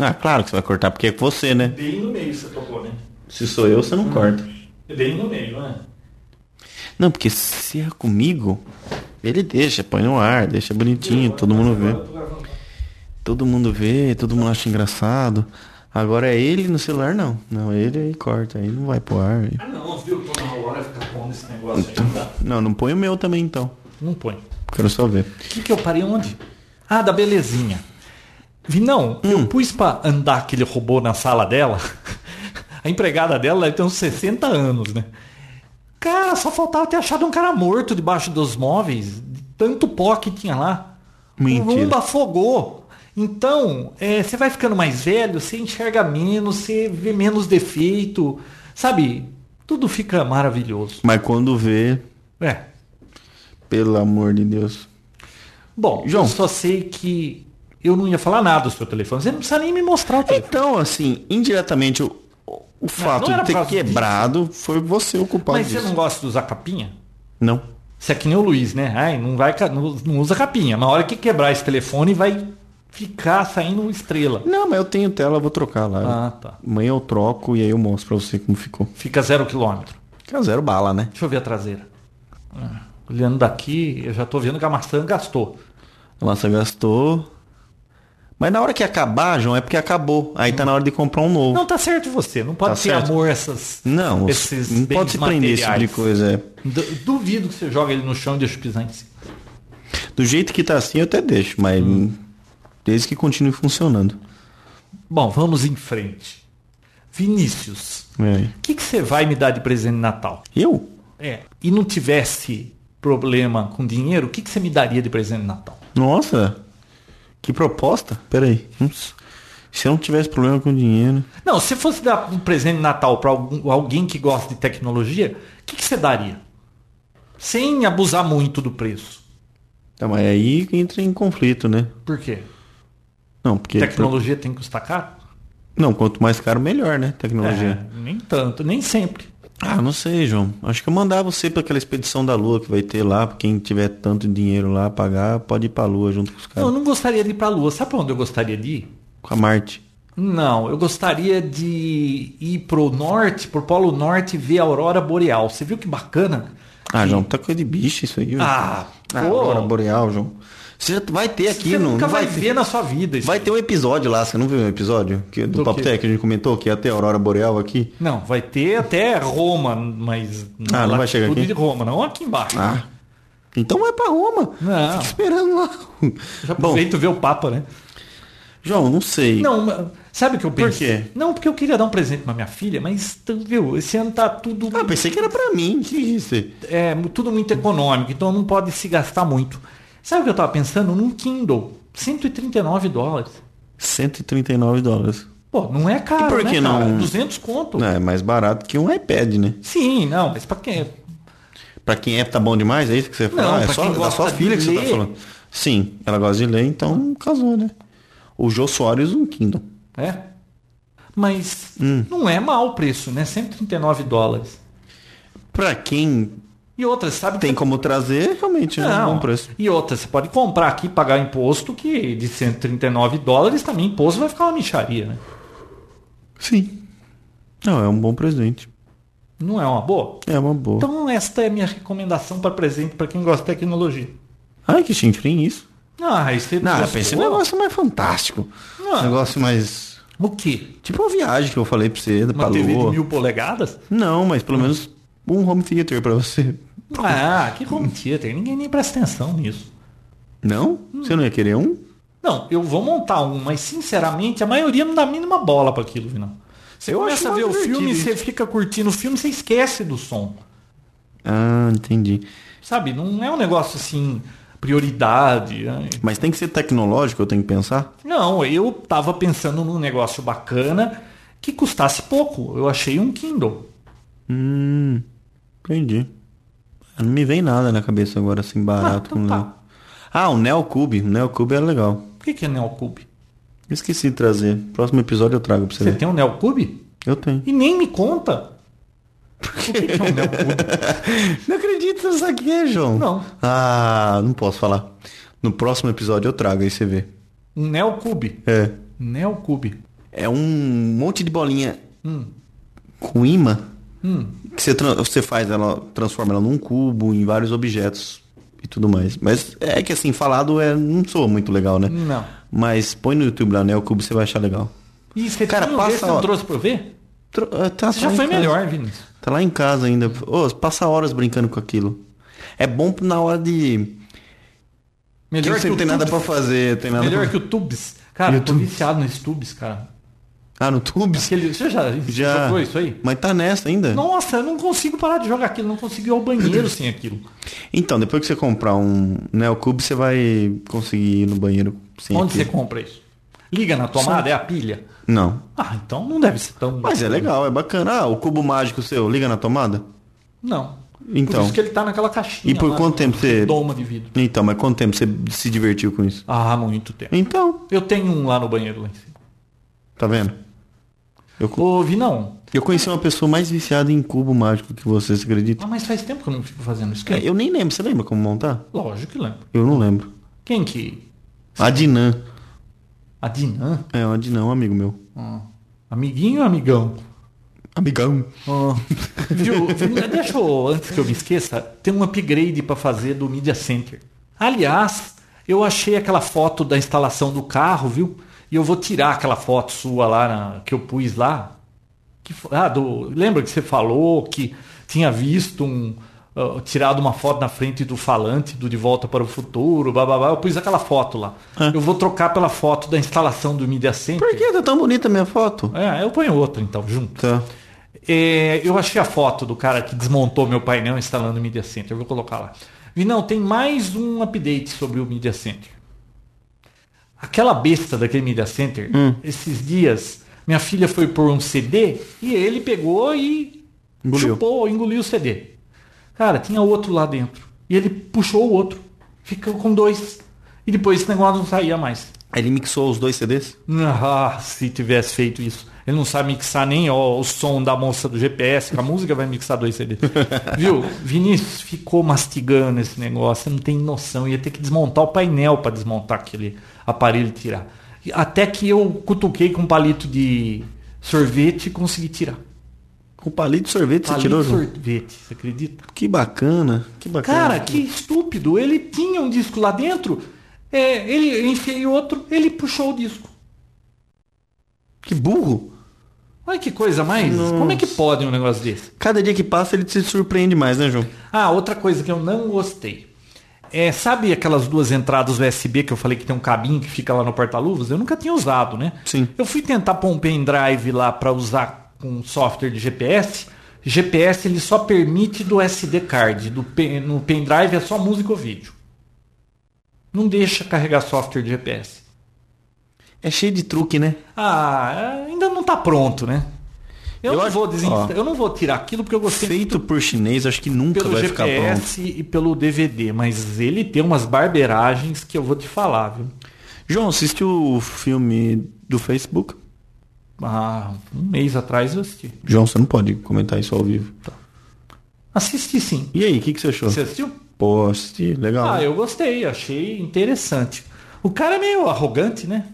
Speaker 3: Ah, claro que você vai cortar, porque é com você, né?
Speaker 4: bem no meio você tocou, né?
Speaker 3: Se sou eu, você
Speaker 4: Hum.
Speaker 3: não corta.
Speaker 4: Bem no meio, né?
Speaker 3: Não, porque se é comigo, ele deixa, põe no ar, deixa bonitinho, todo mundo vê. Todo mundo vê, todo mundo acha engraçado. Agora é ele no celular, não. Não, ele aí corta, aí não vai pro ar.
Speaker 4: Ah não, viu? Tô na hora de ficar pondo esse negócio aí. tá? Não dá.
Speaker 3: Não, não põe o meu também, então.
Speaker 4: Não põe.
Speaker 3: Quero só ver.
Speaker 4: O que, que eu parei onde? Ah, da belezinha. Vinão, eu pus pra andar aquele robô na sala dela. A empregada dela deve ter uns 60 anos, né? Cara, só faltava ter achado um cara morto debaixo dos móveis. de Tanto pó que tinha lá.
Speaker 3: Mentira.
Speaker 4: O Rumba afogou. Então, é, você vai ficando mais velho, você enxerga menos, você vê menos defeito. Sabe? Tudo fica maravilhoso.
Speaker 3: Mas quando vê,
Speaker 4: É.
Speaker 3: pelo amor de Deus.
Speaker 4: Bom,
Speaker 3: João.
Speaker 4: eu só sei que eu não ia falar nada do seu telefone. Você não precisa nem me mostrar o telefone.
Speaker 3: Então, assim, indiretamente, o, o fato
Speaker 4: não era
Speaker 3: de ter
Speaker 4: por causa
Speaker 3: quebrado foi você o culpado
Speaker 4: Mas você
Speaker 3: disso.
Speaker 4: não gosta de usar capinha?
Speaker 3: não...
Speaker 4: Você é que nem o Luiz, né? Ai, não, vai, ca- não não usa capinha. Na hora que quebrar esse telefone, vai ficar saindo estrela.
Speaker 3: não? mas eu tenho tela, eu vou trocar lá.
Speaker 4: Ah, tá.
Speaker 3: Amanhã eu troco e aí eu mostro pra você como ficou.
Speaker 4: Fica zero quilômetro.
Speaker 3: Fica zero bala, né?
Speaker 4: Deixa eu ver a traseira. Ah, Olhando daqui, eu já tô vendo que a maçã gastou.
Speaker 3: A maçã gastou. Mas na hora que acabar, João, é porque acabou. Aí tá na hora de comprar um novo.
Speaker 4: Não tá certo você, não pode
Speaker 3: Tá
Speaker 4: ter
Speaker 3: certo.
Speaker 4: amor a essas
Speaker 3: Não,
Speaker 4: esses
Speaker 3: não
Speaker 4: bens
Speaker 3: pode se prender esse tipo de
Speaker 4: materiais.
Speaker 3: coisa. é.
Speaker 4: Du- Duvido que você joga ele no chão e deixa o pisar em cima.
Speaker 3: Do jeito que tá assim, eu até deixo, mas
Speaker 4: Hum.
Speaker 3: desde que continue funcionando.
Speaker 4: Bom, vamos em frente. Vinícius,
Speaker 3: É.
Speaker 4: o que, que você vai me dar de presente de Natal?
Speaker 3: Eu?
Speaker 4: É, e não tivesse problema com dinheiro, o que, que você me daria de presente de Natal?
Speaker 3: Nossa, que proposta. Peraí. Ups. Se eu não tivesse problema com dinheiro...
Speaker 4: Não, se fosse dar um presente de Natal para alguém que gosta de tecnologia, o que, que você daria? Sem abusar muito do preço.
Speaker 3: Tá, mas aí que entra em conflito, né?
Speaker 4: Por quê?
Speaker 3: Não, porque... é
Speaker 4: Tecnologia tem que custar caro?
Speaker 3: Não, quanto mais caro, melhor, né?
Speaker 4: É,
Speaker 3: Tecnologia.
Speaker 4: nem tanto, nem sempre.
Speaker 3: Ah, não sei, João. Acho que eu mandar você pra aquela expedição da Lua que vai ter lá. pra Quem tiver tanto dinheiro lá, pagar, pode ir pra Lua junto com os
Speaker 4: Não, Então, Eu
Speaker 3: caras.
Speaker 4: não gostaria de ir pra Lua. Sabe pra onde eu gostaria de ir?
Speaker 3: Com a Marte.
Speaker 4: Não, eu gostaria de ir pro norte, pro Polo Norte e ver a Aurora Boreal. Você viu que bacana?
Speaker 3: Ah, João, tá coisa de bicho isso aí.
Speaker 4: Ah,
Speaker 3: velho.
Speaker 4: pô.
Speaker 3: Aurora Boreal, João. Você já vai ter aqui,
Speaker 4: você
Speaker 3: não,
Speaker 4: nunca
Speaker 3: não
Speaker 4: vai,
Speaker 3: ter.
Speaker 4: ver na sua vida isso.
Speaker 3: Vai ter um episódio lá, você não viu o episódio que, do,
Speaker 4: Do
Speaker 3: Papo
Speaker 4: quê?
Speaker 3: Tech que a gente comentou, que ia ter a Aurora Boreal aqui?
Speaker 4: Não, vai ter até Roma, mas
Speaker 3: Ah, não vai chegar
Speaker 4: tudo
Speaker 3: aqui?
Speaker 4: de Roma, não aqui embaixo.
Speaker 3: Ah. Então vai pra Roma.
Speaker 4: Não.
Speaker 3: Fica esperando lá.
Speaker 4: Já
Speaker 3: Bom,
Speaker 4: aproveita e vê o Papa, né?
Speaker 3: João, não sei.
Speaker 4: Não, mas sabe o que eu
Speaker 3: Por
Speaker 4: pensei?
Speaker 3: quê?
Speaker 4: Não, porque eu queria dar um presente pra minha filha, mas tu viu, esse ano tá tudo
Speaker 3: Ah, pensei que era pra mim. Que isso?
Speaker 4: é tudo muito econômico, então não pode se gastar muito. Sabe o que eu tava pensando? Num Kindle, 139 dólares.
Speaker 3: 139 dólares.
Speaker 4: Pô, não é caro,
Speaker 3: E por
Speaker 4: né,
Speaker 3: que
Speaker 4: cara?
Speaker 3: não- um
Speaker 4: 200 conto.
Speaker 3: Não, É mais barato que um iPad, né?
Speaker 4: Sim, não, mas pra quem?
Speaker 3: Pra quem é, tá bom demais, é isso que você
Speaker 4: Não,
Speaker 3: fala? é
Speaker 4: pra
Speaker 3: só
Speaker 4: quem
Speaker 3: da
Speaker 4: gosta
Speaker 3: sua
Speaker 4: de
Speaker 3: filha que você
Speaker 4: ler.
Speaker 3: tá falando. Sim, ela gosta de ler, então casou, né? O Jô Soares um Kindle.
Speaker 4: É? Mas
Speaker 3: Hum.
Speaker 4: não é mal o preço, né? 139 dólares.
Speaker 3: Pra quem
Speaker 4: E outras, sabe?
Speaker 3: tem como trazer, realmente é um
Speaker 4: Não.
Speaker 3: bom preço.
Speaker 4: E outra, você pode comprar aqui, pagar imposto, que de 139 dólares também imposto vai ficar uma micharia, né?
Speaker 3: Sim. Não, é um bom presente.
Speaker 4: Não é uma boa?
Speaker 3: É uma boa.
Speaker 4: Então esta é a minha recomendação para presente para quem gosta de tecnologia.
Speaker 3: Ai, que chinfrim isso.
Speaker 4: Ah, isso aí
Speaker 3: Não, eu
Speaker 4: gostou?
Speaker 3: pensei um negócio mais fantástico.
Speaker 4: Não.
Speaker 3: Um negócio mais.
Speaker 4: O quê?
Speaker 3: Tipo uma viagem que eu falei pra você, tá da
Speaker 4: Uma TV de
Speaker 3: Lua.
Speaker 4: mil polegadas?
Speaker 3: Não, mas pelo menos um home theater pra você.
Speaker 4: Ah, que home theater. Ninguém nem presta atenção nisso.
Speaker 3: Não?
Speaker 4: Hum.
Speaker 3: Você não ia querer um?
Speaker 4: Não, eu vou montar um, mas sinceramente a maioria não dá a mínima bola para aquilo, Vinão. Você
Speaker 3: Eu acho
Speaker 4: começa a ver o
Speaker 3: divertido
Speaker 4: filme,
Speaker 3: isso.
Speaker 4: você fica curtindo o filme, você esquece do som.
Speaker 3: Ah, entendi.
Speaker 4: Sabe? Não é um negócio assim, prioridade. né?
Speaker 3: Mas tem que ser tecnológico, eu tenho que pensar?
Speaker 4: Não, eu tava pensando num negócio bacana que custasse pouco. Eu achei um Kindle.
Speaker 3: Hum, entendi. Não me vem nada na cabeça agora assim barato.
Speaker 4: Ah, então
Speaker 3: como
Speaker 4: tá.
Speaker 3: não. ah o Neo Cube. O Neo Cube era legal.
Speaker 4: Por que, que é Neocube?
Speaker 3: Eu Esqueci de trazer. Próximo episódio eu trago pra você
Speaker 4: Você
Speaker 3: ver.
Speaker 4: tem um Neocube?
Speaker 3: Eu tenho.
Speaker 4: E nem me conta. O que, que é um Neocube?
Speaker 3: Não acredito nisso aqui, é, João.
Speaker 4: Não.
Speaker 3: Ah, não posso falar. No próximo episódio eu trago, aí você vê.
Speaker 4: Um Neocube.
Speaker 3: É.
Speaker 4: Neocube.
Speaker 3: É um monte de bolinha
Speaker 4: Hum.
Speaker 3: com imã que você, tran- você faz ela, transforma ela num cubo, em vários objetos e tudo mais. Mas é que assim, falado é, não soa muito legal, né?
Speaker 4: Não.
Speaker 3: Mas põe no YouTube lá, né? O cubo você vai achar legal.
Speaker 4: E você
Speaker 3: Cara,
Speaker 4: tem um
Speaker 3: passa,
Speaker 4: desse que você não
Speaker 3: ó.
Speaker 4: trouxe pra eu ver?
Speaker 3: Tro- é, tá
Speaker 4: Você já
Speaker 3: lá em
Speaker 4: foi
Speaker 3: casa.
Speaker 4: melhor, Vinícius.
Speaker 3: Tá lá em casa ainda. Ô, passa horas brincando com aquilo. É bom na hora de. Que
Speaker 4: Melhor
Speaker 3: você
Speaker 4: que,
Speaker 3: não tem
Speaker 4: o
Speaker 3: nada
Speaker 4: Tubes.
Speaker 3: pra né, fazer, tem nada
Speaker 4: Melhor
Speaker 3: pra...
Speaker 4: que o Tubes. Cara, eu tô viciado nesse Tubes, cara.
Speaker 3: Ah, no Tubes?
Speaker 4: Aquele... Você já,
Speaker 3: Já.
Speaker 4: jogou isso aí?
Speaker 3: Mas tá nessa ainda?
Speaker 4: Nossa, eu não consigo parar de jogar aquilo. Não consigo ir ao banheiro sem aquilo.
Speaker 3: Então, depois que você comprar um Neocube, você vai conseguir ir no banheiro sem
Speaker 4: Onde você
Speaker 3: aquilo.
Speaker 4: compra isso? Liga na tomada, é a pilha.
Speaker 3: Não.
Speaker 4: Ah, então não deve ser tão.
Speaker 3: Mas é legal, é bacana. Ah, o cubo mágico seu, liga na tomada?
Speaker 4: Não.
Speaker 3: Então.
Speaker 4: Por isso que ele tá naquela caixinha.
Speaker 3: E por
Speaker 4: lá,
Speaker 3: quanto tempo você...
Speaker 4: Doma de vidro.
Speaker 3: Então, mas quanto tempo você se divertiu com isso?
Speaker 4: Ah, muito tempo.
Speaker 3: Então,
Speaker 4: Eu tenho um lá no banheiro lá em cima.
Speaker 3: tá vendo? Eu, co-
Speaker 4: Ô, Vinão.
Speaker 3: eu conheci uma pessoa mais viciada em cubo mágico que você, você acredita?
Speaker 4: Ah, mas faz tempo que eu não fico fazendo isso.
Speaker 3: É, Eu nem lembro, você lembra como montar?
Speaker 4: Lógico que lembro.
Speaker 3: Eu não lembro.
Speaker 4: Quem que.
Speaker 3: A Dinan.
Speaker 4: A Dinan?
Speaker 3: É, a Dinan é um amigo meu.
Speaker 4: Amiguinho ou amigão?
Speaker 3: Amigão.
Speaker 4: Ah, viu? Deixa eu, antes que eu me esqueça, tem um upgrade para fazer do Media Center. Aliás, eu achei aquela foto da instalação do carro, viu? E eu vou tirar aquela foto sua lá na- que eu pus lá. Que, fo- ah, do, lembra que você falou que tinha visto um. ah, tirado uma foto na frente do falante do De Volta para o Futuro, blá blá blá. Eu pus aquela foto lá. Eu vou trocar pela foto da instalação do Media Center.
Speaker 3: Por que tá tão bonita a minha foto?
Speaker 4: É, eu ponho outra então, junto.
Speaker 3: Tá.
Speaker 4: É, eu achei a foto do cara que desmontou meu painel instalando o Media Center. Eu vou colocar lá. Vi, não, tem mais um update sobre o Media Center. Aquela besta daquele Media Center, esses dias, minha filha foi por um CD e ele pegou e
Speaker 3: Engoliu.
Speaker 4: chupou, engoliu o CD. Cara, tinha outro lá dentro. E ele puxou o outro. Ficou com dois. E depois esse negócio não saía mais.
Speaker 3: Ele mixou os dois CDs?
Speaker 4: Ah, se tivesse feito isso. Ele não sabe mixar nem ó, o som da moça do GPS, com a música vai mixar dois CDs. Viu? Vinícius ficou mastigando esse negócio, você não tem noção. Ia ter que desmontar o painel para desmontar aquele aparelho e tirar. E Até que eu cutuquei com um palito de sorvete e consegui tirar.
Speaker 3: Com palito de sorvete você
Speaker 4: palito
Speaker 3: tirou,
Speaker 4: de
Speaker 3: João?
Speaker 4: sorvete, você acredita?
Speaker 3: Que bacana, que bacana.
Speaker 4: Cara, que estúpido. Ele tinha um disco lá dentro, é, ele enfiei outro, ele puxou o disco.
Speaker 3: que burro.
Speaker 4: Olha que coisa mais. Como é que pode um negócio desse?
Speaker 3: Cada dia que passa ele se surpreende mais, né, João?
Speaker 4: Ah, outra coisa que eu não gostei. É, sabe aquelas duas entradas USB que eu falei que tem um cabinho que fica lá no porta-luvas? Eu nunca tinha usado, né?
Speaker 3: Sim.
Speaker 4: Eu fui tentar pôr um pendrive lá pra usar com software de GPS. GPS ele só permite do SD card. Do pen- no pendrive é só música ou vídeo. Não deixa carregar software de GPS.
Speaker 3: É cheio de truque, né?
Speaker 4: Ah, ainda não tá pronto, né? Eu,
Speaker 3: Eu
Speaker 4: não,
Speaker 3: acho-
Speaker 4: vou desinsta-
Speaker 3: ó.
Speaker 4: eu não vou tirar aquilo porque eu gostei
Speaker 3: Feito por chinês, acho que nunca
Speaker 4: pelo
Speaker 3: vai ficar pronto.
Speaker 4: GPS e pelo DVD, mas ele tem umas barbeiragens que eu vou te falar, viu?
Speaker 3: João, assistiu o filme do Facebook?
Speaker 4: Ah, um mês atrás eu assisti.
Speaker 3: João, você não pode comentar isso ao vivo.
Speaker 4: Assisti sim.
Speaker 3: E aí, o que, que você achou?
Speaker 4: Tá. Você assistiu?
Speaker 3: Pô, assisti, legal.
Speaker 4: Ah, eu gostei, achei interessante. O cara é meio arrogante, né?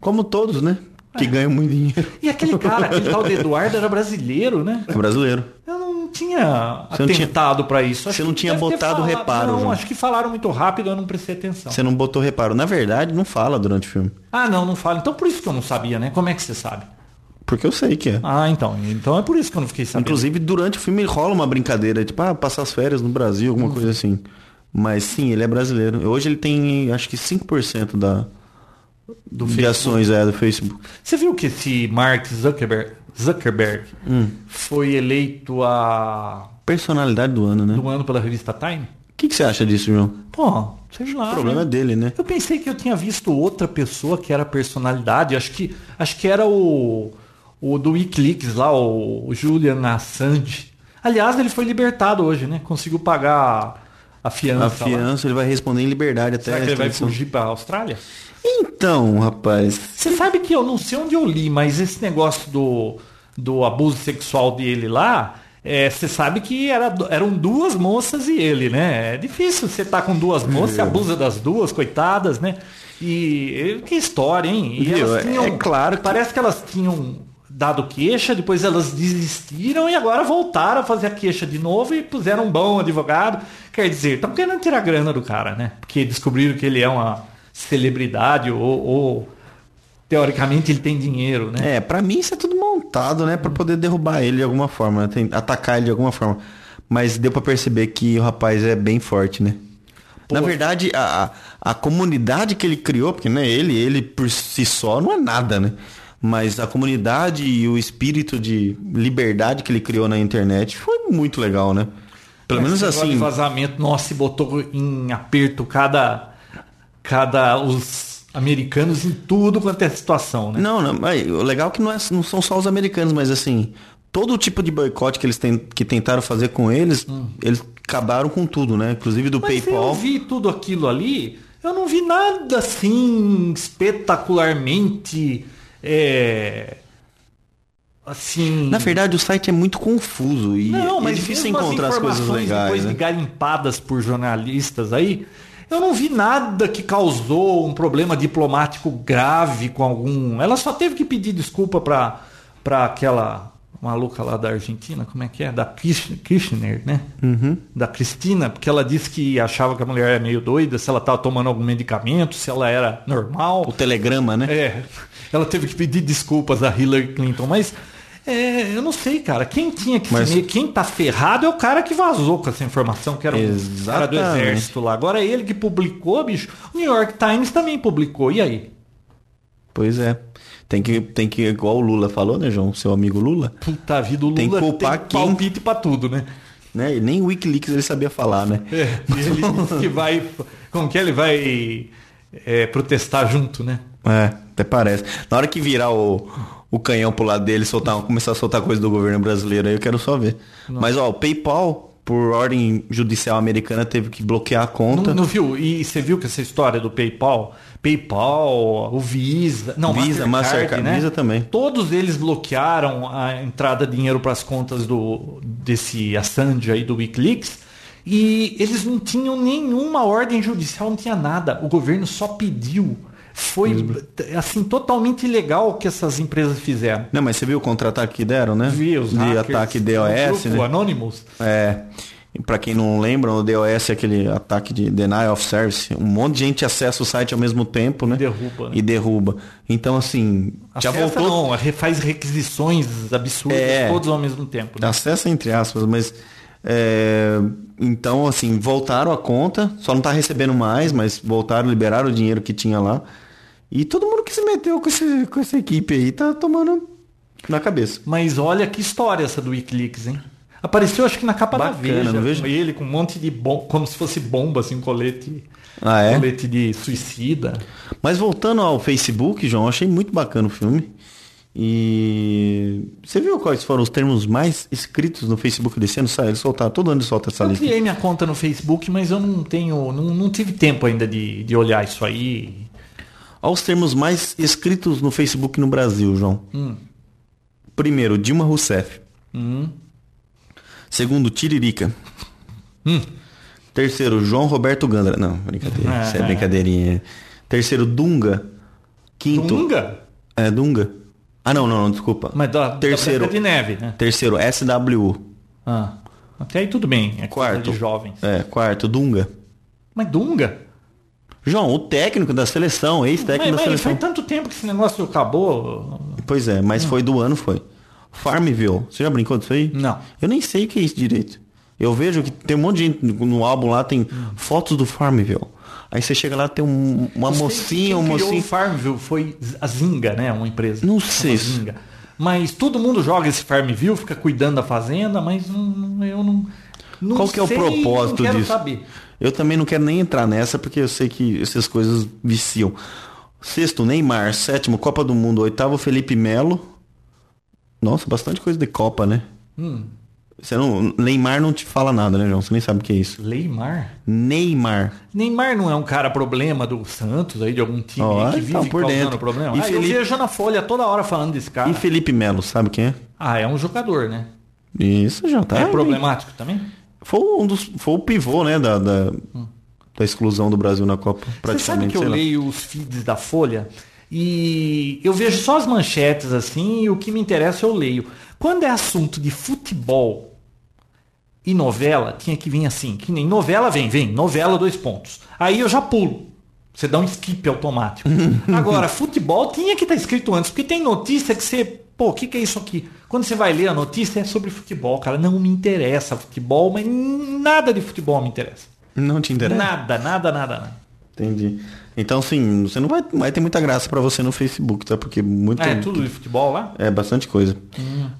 Speaker 3: Como todos, né? Que
Speaker 4: É.
Speaker 3: ganham muito dinheiro.
Speaker 4: E aquele cara, aquele tal de Eduardo era brasileiro, né?
Speaker 3: É brasileiro.
Speaker 4: Eu não tinha
Speaker 3: Você não tinha-
Speaker 4: atentado pra isso.
Speaker 3: você
Speaker 4: que
Speaker 3: não tinha
Speaker 4: deve ter
Speaker 3: botado
Speaker 4: falado-
Speaker 3: reparo,
Speaker 4: Não,
Speaker 3: João.
Speaker 4: acho que falaram muito rápido, eu não prestei atenção.
Speaker 3: Você não botou reparo. Na verdade, não fala durante o filme.
Speaker 4: Ah, não, não fala. Então por isso que eu não sabia, né? Como é que você sabe?
Speaker 3: Porque eu sei que é.
Speaker 4: Ah, então. Então é por isso que eu não fiquei sabendo.
Speaker 3: Inclusive, durante o filme rola uma brincadeira, tipo, ah, passar as férias no Brasil, alguma coisa assim. Mas sim, ele é brasileiro. Hoje ele tem, acho que 5% da, do de ações é, do Facebook.
Speaker 4: Você viu que esse Mark Zuckerberg, Zuckerberg
Speaker 3: Hum.
Speaker 4: foi eleito a
Speaker 3: Personalidade do ano, né?
Speaker 4: do ano pela revista Time?
Speaker 3: O que, que você acha disso, João?
Speaker 4: Pô, sei lá.
Speaker 3: O problema é
Speaker 4: né?
Speaker 3: dele, né?
Speaker 4: Eu pensei que eu tinha visto outra pessoa que era personalidade. Acho que acho que era o o do Wikileaks lá, o, o Julian Assange. Aliás, ele foi libertado hoje, né? Conseguiu pagar a fiança.
Speaker 3: A
Speaker 4: lá.
Speaker 3: fiança, é, ele vai responder em liberdade até
Speaker 4: Será que
Speaker 3: a
Speaker 4: ele vai
Speaker 3: extradição.
Speaker 4: fugir para a Austrália?
Speaker 3: Então, rapaz.
Speaker 4: Você sabe que eu não sei onde eu li, mas esse negócio do, do abuso sexual dele lá, é, você sabe que era, eram duas moças e ele, né? É difícil você tá com duas moças, você abusa das duas, coitadas, né? E e que história, hein? E
Speaker 3: Viu,
Speaker 4: elas
Speaker 3: é-
Speaker 4: tinham,
Speaker 3: é claro que-
Speaker 4: Parece que elas tinham dado queixa, depois elas desistiram e agora voltaram a fazer a queixa de novo e puseram um bom advogado. Quer dizer, estão querendo tirar a grana do cara, né? Porque descobriram que ele é uma celebridade ou, ou, teoricamente ele tem dinheiro, né?
Speaker 3: É, pra mim isso é tudo montado, né? Pra poder derrubar ele de alguma forma, né? Tem- atacar ele de alguma forma. Mas deu pra perceber que o rapaz é bem forte, né? Na verdade, a, a, a comunidade que ele criou, porque né, ele, ele por si só não é nada, né? Mas a comunidade e o espírito de liberdade que ele criou na internet foi muito legal, né? Pelo menos
Speaker 4: Esse negócio de
Speaker 3: assim.
Speaker 4: vazamento, nossa, se botou em aperto cada cada os americanos em tudo quanto é situação, né?
Speaker 3: Não, não, mas o legal é que não, é- não são só os americanos, mas assim, todo tipo de boicote que eles ten- que tentaram fazer com eles, eles acabaram com tudo, né? Inclusive do
Speaker 4: Hum. Mas eu
Speaker 3: PayPal.
Speaker 4: vi tudo aquilo ali, eu não vi nada assim espetacularmente é, assim.
Speaker 3: Na verdade, o site é muito confuso e
Speaker 4: não,
Speaker 3: é
Speaker 4: mas
Speaker 3: difícil
Speaker 4: mesmo as
Speaker 3: encontrar as coisas
Speaker 4: informações
Speaker 3: legais.
Speaker 4: Depois
Speaker 3: né?
Speaker 4: de garimpadas por jornalistas aí, eu não vi nada que causou um problema diplomático grave com algum. Ela só teve que pedir desculpa para para aquela maluca lá da Argentina, como é que é? Da Kirch- Kirchner, né? Da Cristina, porque ela disse que achava que a mulher era meio doida, se ela estava tomando algum medicamento, se ela era normal.
Speaker 3: O telegrama, né?
Speaker 4: É, ela teve que pedir desculpas a Hillary Clinton, mas é, eu não sei, cara. Quem tinha que
Speaker 3: Mas-
Speaker 4: se meter, quem tá ferrado é o cara que vazou com essa informação, que era um cara do
Speaker 3: Exatamente.
Speaker 4: exército lá. Agora é ele que publicou, bicho. O New York Times também publicou. E aí?
Speaker 3: Pois é. Tem que, tem que, igual o Lula falou, né, João? Seu amigo Lula.
Speaker 4: Puta vida, o Lula
Speaker 3: Tem que culpar
Speaker 4: tem
Speaker 3: quem-
Speaker 4: palpite pra tudo, né?
Speaker 3: Né? E nem o Wikileaks ele sabia falar, né?
Speaker 4: É, ele disse que vai. Como que ele vai é, protestar junto, né?
Speaker 3: É, até parece. Na hora que virar o, o canhão pro lado dele, soltar, começar a soltar coisa do governo brasileiro, aí eu quero só ver. Mas, ó, o PayPal, por ordem judicial americana, teve que bloquear a conta.
Speaker 4: Não, não viu? E você viu que essa história do PayPal, PayPal, o Visa, não,
Speaker 3: Visa, Mastercard,
Speaker 4: né?
Speaker 3: Visa também.
Speaker 4: Todos eles bloquearam a entrada de dinheiro para as contas do desse Assange aí do WikiLeaks. E eles não tinham nenhuma ordem judicial, não tinha nada. O governo só pediu. Foi
Speaker 3: Uhum.
Speaker 4: assim totalmente ilegal o que essas empresas fizeram.
Speaker 3: Não, mas você viu o contra-ataque que deram, né?
Speaker 4: Vi os
Speaker 3: De
Speaker 4: hackers, é um
Speaker 3: ataque
Speaker 4: o
Speaker 3: DOS,
Speaker 4: grupo
Speaker 3: né?
Speaker 4: Anonymous.
Speaker 3: É. e Pra quem não lembra, o DOS é aquele ataque de denial of service. Um monte de gente acessa o site ao mesmo tempo, né?
Speaker 4: Derruba, né?
Speaker 3: E derruba. Então, assim, já
Speaker 4: Acessa
Speaker 3: voltou.
Speaker 4: Não, re- faz requisições absurdas
Speaker 3: É.
Speaker 4: todos ao mesmo tempo. né?
Speaker 3: Acessa entre aspas, mas. é, então, assim, voltaram a conta, só não tá recebendo mais, mas voltaram, liberaram o dinheiro que tinha lá. E todo mundo que se meteu com, esse- com essa equipe aí tá tomando na cabeça.
Speaker 4: Mas olha que história essa do Wikileaks, hein? Apareceu acho que na capa da
Speaker 3: Bacana,
Speaker 4: Veja,
Speaker 3: não
Speaker 4: com
Speaker 3: vejo?
Speaker 4: ele com um monte de bomba, como se fosse bomba, assim, colete,
Speaker 3: Ah, é?
Speaker 4: colete de suicida.
Speaker 3: Mas voltando ao Facebook, João, eu achei muito bacana o filme. E você viu quais foram os termos mais escritos no Facebook desse ano? Sa- Eles soltaram, todo ano eles soltam essa
Speaker 4: Eu
Speaker 3: lista.
Speaker 4: criei minha conta no Facebook, mas eu não tenho, não, não tive tempo ainda de, de olhar isso aí.
Speaker 3: Olha os termos mais escritos no Facebook no Brasil, João. Primeiro, Dilma Rousseff. Segundo, Tiririca. Terceiro, João Roberto Gandra. Não, brincadeira. Isso é brincadeirinha. Terceiro, Dunga. Quinto.
Speaker 4: Tunga?
Speaker 3: É, Dunga. Ah, não, não, não, desculpa.
Speaker 4: Mas da,
Speaker 3: Terceiro.
Speaker 4: da Branca de Neve, né?
Speaker 3: Terceiro, SWU.
Speaker 4: Ah, até aí tudo bem, é coisa
Speaker 3: Quarto.
Speaker 4: de jovens.
Speaker 3: É, quarto, Dunga.
Speaker 4: Mas Dunga?
Speaker 3: João, o técnico da seleção,
Speaker 4: Mas,
Speaker 3: ex-técnico da
Speaker 4: mas
Speaker 3: seleção.
Speaker 4: faz tanto tempo que esse negócio acabou.
Speaker 3: Pois é, mas foi do ano, foi. Farmville. Você já brincou disso aí?
Speaker 4: Não.
Speaker 3: Eu nem sei o que é isso direito. Eu vejo que tem um monte de gente no no álbum lá, tem fotos do Farmville. Aí você chega lá, tem um- uma mocinha, um
Speaker 4: Quem criou o
Speaker 3: mocinho.
Speaker 4: Farmville foi a Zinga, né? Uma empresa.
Speaker 3: Não
Speaker 4: Chama
Speaker 3: sei.
Speaker 4: Zinga. Mas todo mundo joga esse Farmville, fica cuidando da fazenda, mas não- não- eu não, não
Speaker 3: Qual que é o
Speaker 4: sei,
Speaker 3: propósito
Speaker 4: não quero
Speaker 3: disso?
Speaker 4: saber.
Speaker 3: Eu também não quero nem entrar nessa, porque eu sei que essas coisas viciam. Sexto, Neymar. Sétimo, Copa do Mundo. Oitavo, Felipe Melo. Nossa, bastante coisa de Copa, né?
Speaker 4: Hum.
Speaker 3: Você não, Neymar não te fala nada, né, João? Você nem sabe o que é isso.
Speaker 4: Neymar?
Speaker 3: Neymar.
Speaker 4: Neymar não é um cara problema do Santos aí, de algum time
Speaker 3: Ó,
Speaker 4: aí que
Speaker 3: tá
Speaker 4: vive
Speaker 3: por
Speaker 4: causando
Speaker 3: dentro.
Speaker 4: problema?
Speaker 3: E
Speaker 4: Ah,
Speaker 3: Felipe-
Speaker 4: Eu vejo na Folha toda hora falando desse cara.
Speaker 3: E Felipe Melo, sabe quem é?
Speaker 4: Ah, é um jogador, né?
Speaker 3: Isso já tá.
Speaker 4: é
Speaker 3: aí.
Speaker 4: problemático também?
Speaker 3: Foi um dos, foi o pivô, né, da, da, da exclusão do Brasil na Copa,
Speaker 4: Você sabe
Speaker 3: praticamente.
Speaker 4: que eu
Speaker 3: sei lá.
Speaker 4: leio os feeds da Folha e eu vejo só as manchetes assim e o que me interessa eu leio. Quando é assunto de futebol e novela, tinha que vir assim, que nem novela vem, vem, novela dois pontos. Aí eu já pulo. Você dá um skip automático. Agora, futebol tinha que estar escrito antes, porque tem notícia que você. Pô, o que, que é isso aqui? Quando você vai ler a notícia é sobre futebol, cara. Não me interessa futebol, mas nada de futebol me interessa.
Speaker 3: Não te interessa?
Speaker 4: Nada, nada, nada, nada.
Speaker 3: Entendi. Então, sim, você não vai, vai ter muita graça pra você no Facebook, tá? Porque muito.
Speaker 4: Ah, é tudo Hum. de futebol lá?
Speaker 3: É bastante coisa.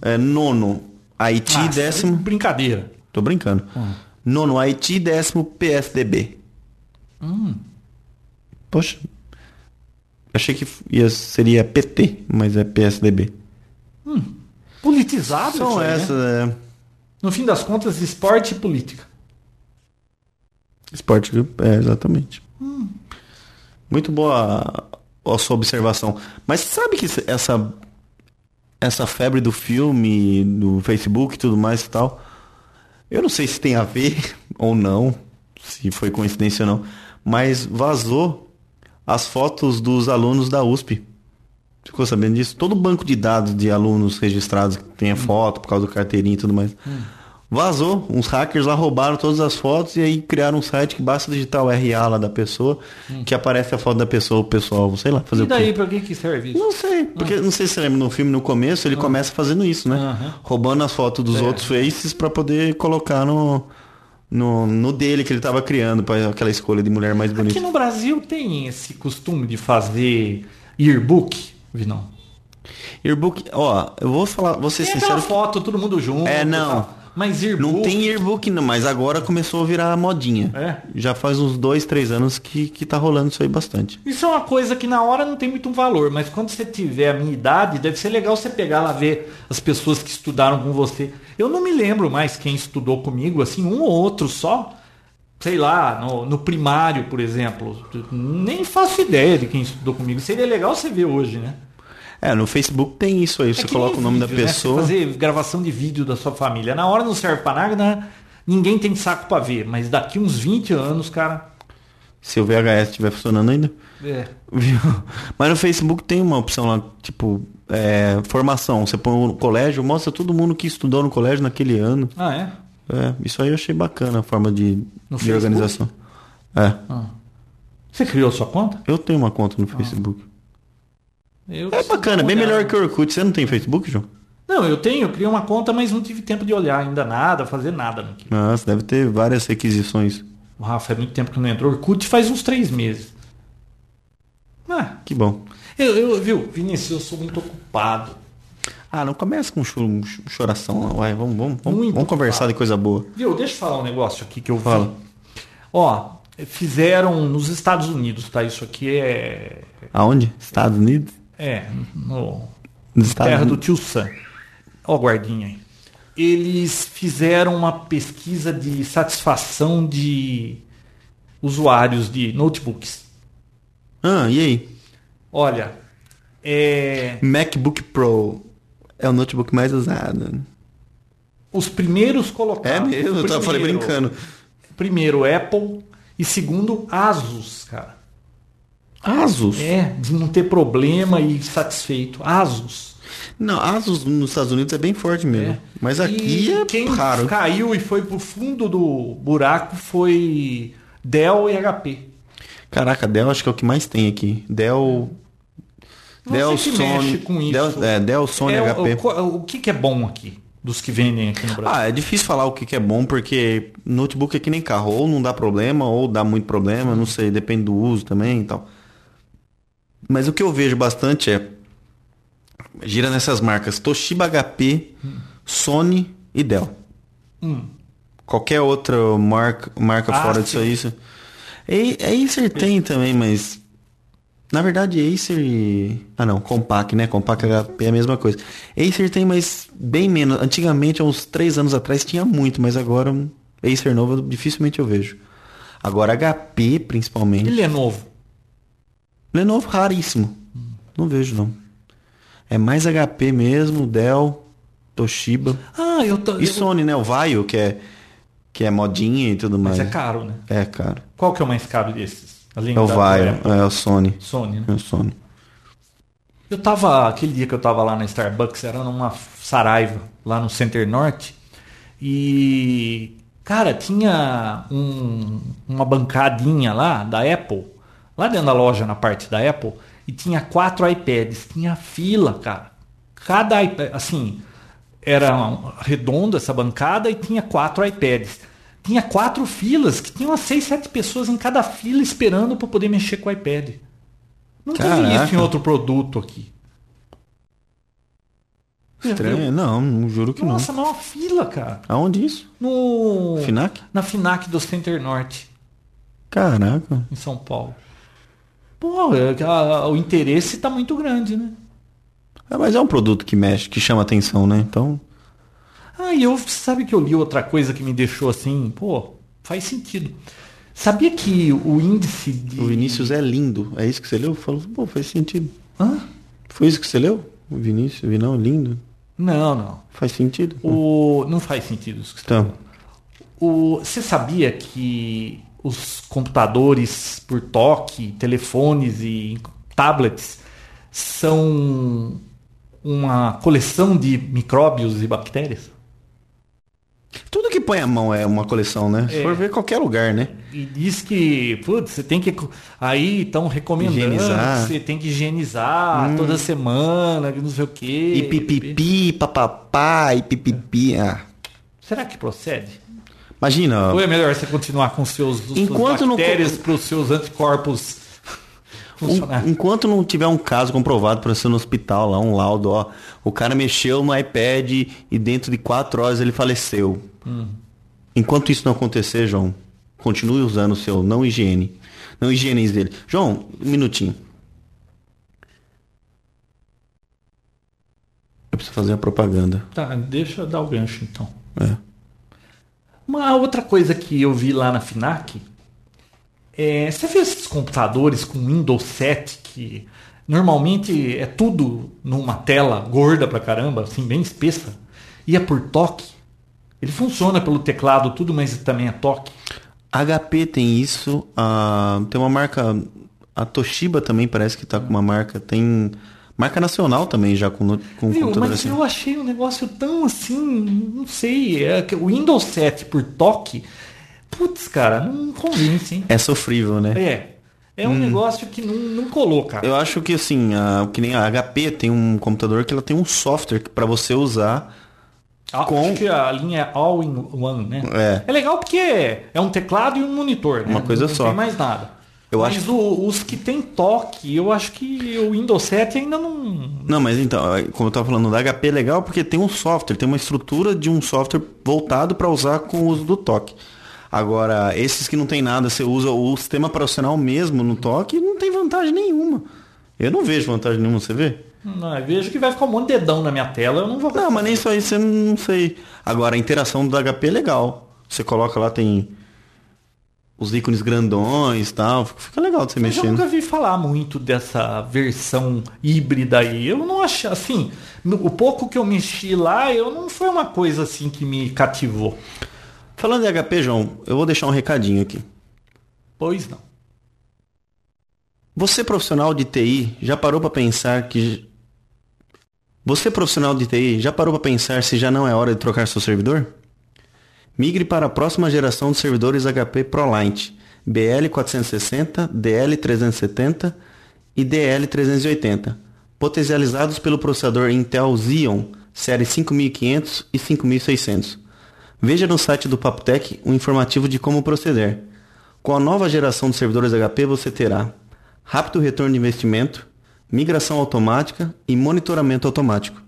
Speaker 3: É, nono, Haiti,
Speaker 4: Ah,
Speaker 3: décimo.
Speaker 4: Brincadeira.
Speaker 3: Tô brincando.
Speaker 4: Hum.
Speaker 3: Nono, Haiti, décimo, PSDB.
Speaker 4: Hum.
Speaker 3: Poxa. Achei que ia, seria PT, mas é PSDB.
Speaker 4: Politizado
Speaker 3: São
Speaker 4: isso aí, né?
Speaker 3: essas, é,
Speaker 4: No fim das contas, esporte e política.
Speaker 3: Esporte Group, é, exatamente. Muito boa a, a sua observação. Mas sabe que esse- essa, essa febre do filme, do Facebook e tudo mais e tal, eu não sei se tem a ver ou não, se foi coincidência ou não, mas vazou as fotos dos alunos da USP ficou sabendo disso? Todo banco de dados de alunos registrados que
Speaker 4: Hum.
Speaker 3: tenha foto por causa do carteirinho e tudo mais. Vazou, uns hackers lá roubaram todas as fotos e aí criaram um site que basta digitar o RA lá da pessoa, que aparece a foto da pessoa, o pessoal, sei lá, fazer
Speaker 4: Hum. E
Speaker 3: o quê.
Speaker 4: daí, pra que que serve isso?
Speaker 3: Não sei, porque não sei se você lembra no filme, no começo, ele começa fazendo isso, né? Roubando as fotos dos outros faces pra poder colocar no, no, no dele que ele tava criando, pra aquela escolha de mulher mais
Speaker 4: Aqui
Speaker 3: bonita.
Speaker 4: no Brasil tem esse costume de fazer yearbook, Vinão.
Speaker 3: Yearbook, ó, eu vou falar, vou ser
Speaker 4: Tem aquela
Speaker 3: sincero,
Speaker 4: foto, todo mundo junto.
Speaker 3: É, não.
Speaker 4: e tal. Mas yearbook...
Speaker 3: não tem yearbook não, mas agora começou a virar modinha.
Speaker 4: É?
Speaker 3: Já faz uns dois, três anos que, que tá rolando isso aí bastante.
Speaker 4: Isso é uma coisa que na hora não tem muito valor, mas quando você tiver a minha idade, deve ser legal você pegar lá ver as pessoas que estudaram com você. Eu não me lembro mais quem estudou comigo, assim, um ou outro só. Sei lá, no, no primário, por exemplo. Nem faço ideia de quem estudou comigo. Seria legal você ver hoje, né?
Speaker 3: É, no Facebook tem isso aí,
Speaker 4: É
Speaker 3: você
Speaker 4: que
Speaker 3: coloca
Speaker 4: nem
Speaker 3: o nome da
Speaker 4: vídeo, né? Você
Speaker 3: pessoa.
Speaker 4: Fazer gravação de vídeo da sua família. Na hora não serve pra nada, né? ninguém tem saco pra ver. Mas daqui uns 20 anos, cara.
Speaker 3: Se o VHS estiver funcionando ainda.
Speaker 4: É.
Speaker 3: Viu? Mas no Facebook tem uma opção lá, tipo, é, formação. Você põe o colégio, mostra todo mundo que estudou no colégio naquele ano.
Speaker 4: Ah, é?
Speaker 3: É, isso aí eu achei bacana a forma de,
Speaker 4: No
Speaker 3: de
Speaker 4: Facebook?
Speaker 3: organização. É,
Speaker 4: Você criou sua conta?
Speaker 3: eu tenho uma conta no
Speaker 4: Ah.
Speaker 3: Facebook.
Speaker 4: Eu
Speaker 3: É bacana, bem
Speaker 4: Olhar.
Speaker 3: melhor que o Orkut. Você não tem Facebook, João?
Speaker 4: Não, eu tenho, eu criei uma conta, mas não tive tempo de olhar ainda nada, fazer nada naquilo.
Speaker 3: Ah, você deve ter várias requisições.
Speaker 4: O Rafa, é muito tempo que não entrou. Orkut faz uns três meses. Ah,
Speaker 3: Que bom.
Speaker 4: eu, eu- viu, Vinícius, eu sou muito ocupado.
Speaker 3: Ah, não começa com chu- um chu- choração. não. Ué, vamos, vamos, vamos,
Speaker 4: Muito
Speaker 3: vamos conversar de coisa boa.
Speaker 4: Viu, deixa eu falar um negócio aqui que eu vi.
Speaker 3: Fala.
Speaker 4: Ó, fizeram nos Estados Unidos, tá? Isso aqui é.
Speaker 3: Aonde? Estados Unidos?
Speaker 4: É, no,
Speaker 3: Nos Estados
Speaker 4: terra do
Speaker 3: Unidos.
Speaker 4: tio Sam. Ó, o guardinha aí. Eles fizeram uma pesquisa de satisfação de usuários de notebooks.
Speaker 3: Ah, e aí?
Speaker 4: Olha, é,
Speaker 3: MacBook Pro é o notebook mais usado.
Speaker 4: os primeiros colocados.
Speaker 3: É mesmo, eu tava- falei
Speaker 4: Primeiro-
Speaker 3: brincando.
Speaker 4: Primeiro Apple e segundo Asus, cara.
Speaker 3: Asus?
Speaker 4: É, de não ter problema e satisfeito. Asus.
Speaker 3: Não, Asus nos Estados Unidos é bem forte mesmo.
Speaker 4: É.
Speaker 3: Mas aqui
Speaker 4: E
Speaker 3: é
Speaker 4: quem
Speaker 3: raro.
Speaker 4: caiu e foi pro fundo do buraco foi Dell e HP.
Speaker 3: Caraca, Dell acho que é o que mais tem aqui. Dell.
Speaker 4: Você
Speaker 3: Dell,
Speaker 4: que
Speaker 3: Sony.
Speaker 4: mexe com isso.
Speaker 3: Dell, é, Dell, Sony,
Speaker 4: É, o-
Speaker 3: HP.
Speaker 4: O, o que, que é bom aqui? Dos que vendem aqui no Brasil.
Speaker 3: Ah, é difícil falar o que, que é bom, porque notebook é que nem carro. Ou não dá problema, ou dá muito problema, não sei, depende do uso também e tal. Mas o que eu vejo bastante é. Gira nessas marcas Toshiba HP, Sony e Dell. Qualquer outra marca, marca
Speaker 4: Hum. Ah,
Speaker 3: fora
Speaker 4: sim.
Speaker 3: disso aí. isso- E- A Acer tem também, mas. Na verdade, Acer e. Ah não, Compaq, né? Compaq HP é a mesma coisa. Acer tem, mas bem menos. Antigamente, há uns três anos atrás, tinha muito, mas agora um Acer novo eu- dificilmente eu vejo. Agora HP, principalmente.
Speaker 4: Ele é novo.
Speaker 3: Lenovo raríssimo. Não vejo não. É mais HP mesmo, Dell, Toshiba.
Speaker 4: Ah, eu tô.
Speaker 3: E
Speaker 4: eu-
Speaker 3: Sony, né? O Vaio, que é, que é modinha e tudo mais.
Speaker 4: Mas é caro, Então, né?
Speaker 3: É caro.
Speaker 4: Qual que é o mais caro desses? Além
Speaker 3: É o
Speaker 4: da-
Speaker 3: Vaio,
Speaker 4: da Apple,
Speaker 3: é o Sony.
Speaker 4: Sony, né?
Speaker 3: É o Sony.
Speaker 4: Eu tava, aquele dia que eu tava lá na Starbucks, era numa Saraiva, lá no Center Norte, e, cara, tinha um- uma bancadinha lá da Apple, lá dentro da loja, na parte da Apple, e tinha quatro iPads, tinha fila, cara. Cada iPad, assim, era um- redonda essa bancada e tinha quatro iPads. Tinha quatro filas, que tinham umas seis, sete pessoas em cada fila esperando para poder mexer com o iPad. Nunca vi isso
Speaker 3: Caraca.
Speaker 4: em outro produto aqui.
Speaker 3: Estranho? Não, não juro que
Speaker 4: Nossa, É. mas uma fila, cara.
Speaker 3: não. Aonde isso?
Speaker 4: No...
Speaker 3: Finac?
Speaker 4: Na Finac do Center Norte,
Speaker 3: Caraca.
Speaker 4: em São Paulo. Pô, é- a- o interesse tá muito grande, né?
Speaker 3: É, mas é um produto que mexe, que chama atenção, né? Então,
Speaker 4: Ah, e eu sabe que eu li outra coisa que me deixou assim, pô, faz sentido. Sabia que o índice de.
Speaker 3: o Vinícius é lindo. É isso que você leu? Falou, pô, faz sentido.
Speaker 4: Hã?
Speaker 3: Foi isso que você leu? O Vinícius, Vinão, lindo.
Speaker 4: Não, não.
Speaker 3: Faz sentido.
Speaker 4: O... Não faz sentido isso que você tá
Speaker 3: Então,
Speaker 4: O, você sabia que os computadores por toque, telefones e tablets são uma coleção de micróbios e bactérias?
Speaker 3: Tudo que põe a mão é uma coleção, né? Se for ver qualquer lugar, né?
Speaker 4: E diz que, putz, você tem que. Aí estão recomendando
Speaker 3: Higienizar. Hum.
Speaker 4: que você tem que higienizar toda semana, que não sei o quê.
Speaker 3: E pipipi, papapá, e pipipi. Ah.
Speaker 4: Será que procede?
Speaker 3: Imagina,
Speaker 4: Ou é melhor você continuar com seus suas
Speaker 3: Enquanto não
Speaker 4: bactérias
Speaker 3: co-
Speaker 4: para os seus anticorpos funcionar?
Speaker 3: Um- enquanto não tiver um caso comprovado para ser no hospital lá, um laudo, ó, o cara mexeu no iPad e dentro de quatro horas ele faleceu. Enquanto isso não acontecer, João, continue usando o seu não higiene. Não higienize dele. João, um minutinho. Eu preciso fazer a propaganda.
Speaker 4: Tá, deixa eu dar o gancho então.
Speaker 3: É.
Speaker 4: Uma outra coisa que eu vi lá na FINAC é. Você vê esses computadores com Windows 7 que normalmente é tudo numa tela gorda pra caramba, assim, bem espessa, e é por toque. Ele funciona pelo teclado, tudo, mas também é toque.
Speaker 3: HP tem isso, a- tem uma marca, a Toshiba também parece que tá com uma marca, tem marca nacional também já com, no- com
Speaker 4: Viu,
Speaker 3: computador
Speaker 4: mas
Speaker 3: assim.
Speaker 4: eu achei um negócio tão assim, não sei, é que o Windows 7 por toque, putz, cara, não convence, hein?
Speaker 3: É sofrível, né?
Speaker 4: É, é um negócio que não, não colou, cara.
Speaker 3: Eu acho que assim, a, que nem a HP tem um computador que ela tem um software para você usar.
Speaker 4: A-
Speaker 3: com-
Speaker 4: Ah, Acho que a linha é All in One, né?
Speaker 3: É.
Speaker 4: legal porque é um teclado e um monitor, né?
Speaker 3: Uma coisa
Speaker 4: não
Speaker 3: só.
Speaker 4: tem mais nada.
Speaker 3: Eu
Speaker 4: Mas
Speaker 3: acho-
Speaker 4: o- os que tem toque, eu acho que o Windows 7 ainda não.
Speaker 3: Não, mas então, é, como eu tava falando, da HP é legal porque tem um software, tem uma estrutura de um software voltado para usar com o uso do toque. Agora, esses que não tem nada, você usa o sistema operacional mesmo no toque, não tem vantagem nenhuma. Eu não vejo vantagem nenhuma, você vê?
Speaker 4: não eu vejo que vai ficar um monte de dedão na minha tela, eu não vou.
Speaker 3: Não, mas nem só isso, eu não sei. Agora, a interação do HP é legal. Você coloca lá, tem os ícones grandões e tal. Fica- Fica legal de você
Speaker 4: Mas é um eu
Speaker 3: mexer. né?
Speaker 4: nunca vi falar muito dessa versão híbrida aí. Eu não acho assim. no- O pouco que eu mexi lá, eu não foi uma coisa assim que me cativou.
Speaker 3: Falando de HP, João, eu vou deixar um recadinho aqui.
Speaker 4: Pois não.
Speaker 3: Você, profissional de TI, já parou pra pensar que. Você, profissional de TI, já parou pra pensar se já não é hora de trocar seu servidor? Migre para a próxima geração de servidores HP ProLiant, BL460, DL370 e DL380, potencializados pelo processador Intel Xeon série 5500 e 5600. Veja no site do Papotec um informativo de como proceder. Com a nova geração de servidores HP você terá rápido retorno de investimento, migração automática e monitoramento automático.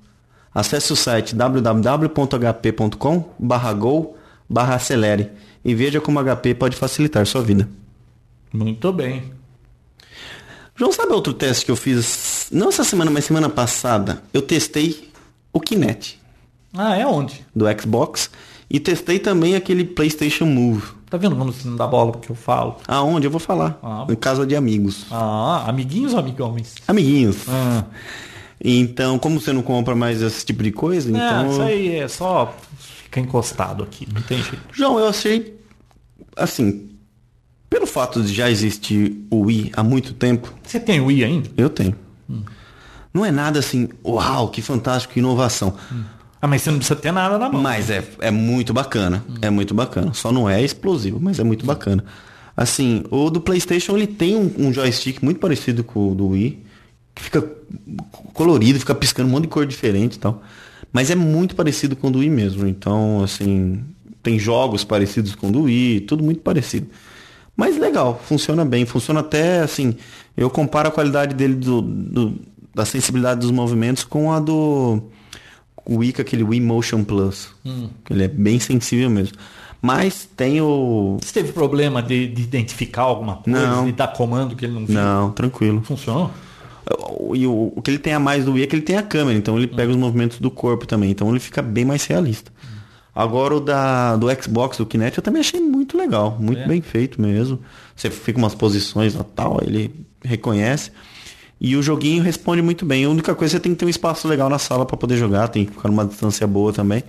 Speaker 3: Acesse o site www.hp.com/go/acelere e veja como a HP pode facilitar sua vida.
Speaker 4: Muito bem.
Speaker 3: João, sabe outro teste que eu fiz não essa semana, mas semana passada? Eu testei o Kinect
Speaker 4: Ah, é onde?
Speaker 3: do Xbox e testei também aquele PlayStation Move.
Speaker 4: Tá vendo como você não dá bola porque eu falo?
Speaker 3: Aonde eu vou falar?
Speaker 4: Ah.
Speaker 3: Em casa de amigos.
Speaker 4: Ah, amiguinhos ou amigões?
Speaker 3: Amiguinhos.
Speaker 4: Ah,
Speaker 3: Então, como você não compra mais esse tipo de coisa, então
Speaker 4: isso aí é só ficar encostado aqui, não tem jeito.
Speaker 3: João, eu achei. Assim, pelo fato de já existir o Wii há muito tempo,
Speaker 4: Você tem o i ainda?
Speaker 3: eu tenho. Não é nada assim, uau, que fantástico, que inovação.
Speaker 4: Ah, mas você não precisa ter nada na mão.
Speaker 3: Mas é, é muito bacana. É muito bacana. Só não é explosivo, mas é muito bacana. Assim, o do PlayStation ele tem um, um joystick muito parecido com o do Wii, que fica colorido, fica piscando um monte de cor diferente e tal. Mas é muito parecido com o do Wii mesmo. Então, assim, tem jogos parecidos com o do Wii, tudo muito parecido. Mas legal, funciona bem. Funciona até, assim, eu comparo a qualidade dele do, do- da sensibilidade dos movimentos com a do o Wii com aquele Wii Motion Plus. que Ele é bem sensível mesmo. Mas tem o.
Speaker 4: Você teve problema de, de identificar alguma coisa,
Speaker 3: Não.
Speaker 4: de dar comando que ele não viu?
Speaker 3: Não, tranquilo.
Speaker 4: Funcionou?
Speaker 3: O- E o, o que ele tem a mais do Wii é que ele tem a câmera, então ele pega os movimentos do corpo também, então ele fica bem mais realista. Agora o da, do Xbox, do Kinect, eu também achei muito legal, muito bem feito mesmo. Você fica umas posições lá, tal, ele reconhece. E o joguinho responde muito bem. A única coisa é que você tem que ter um espaço legal na sala para poder jogar, tem que ficar numa distância boa também.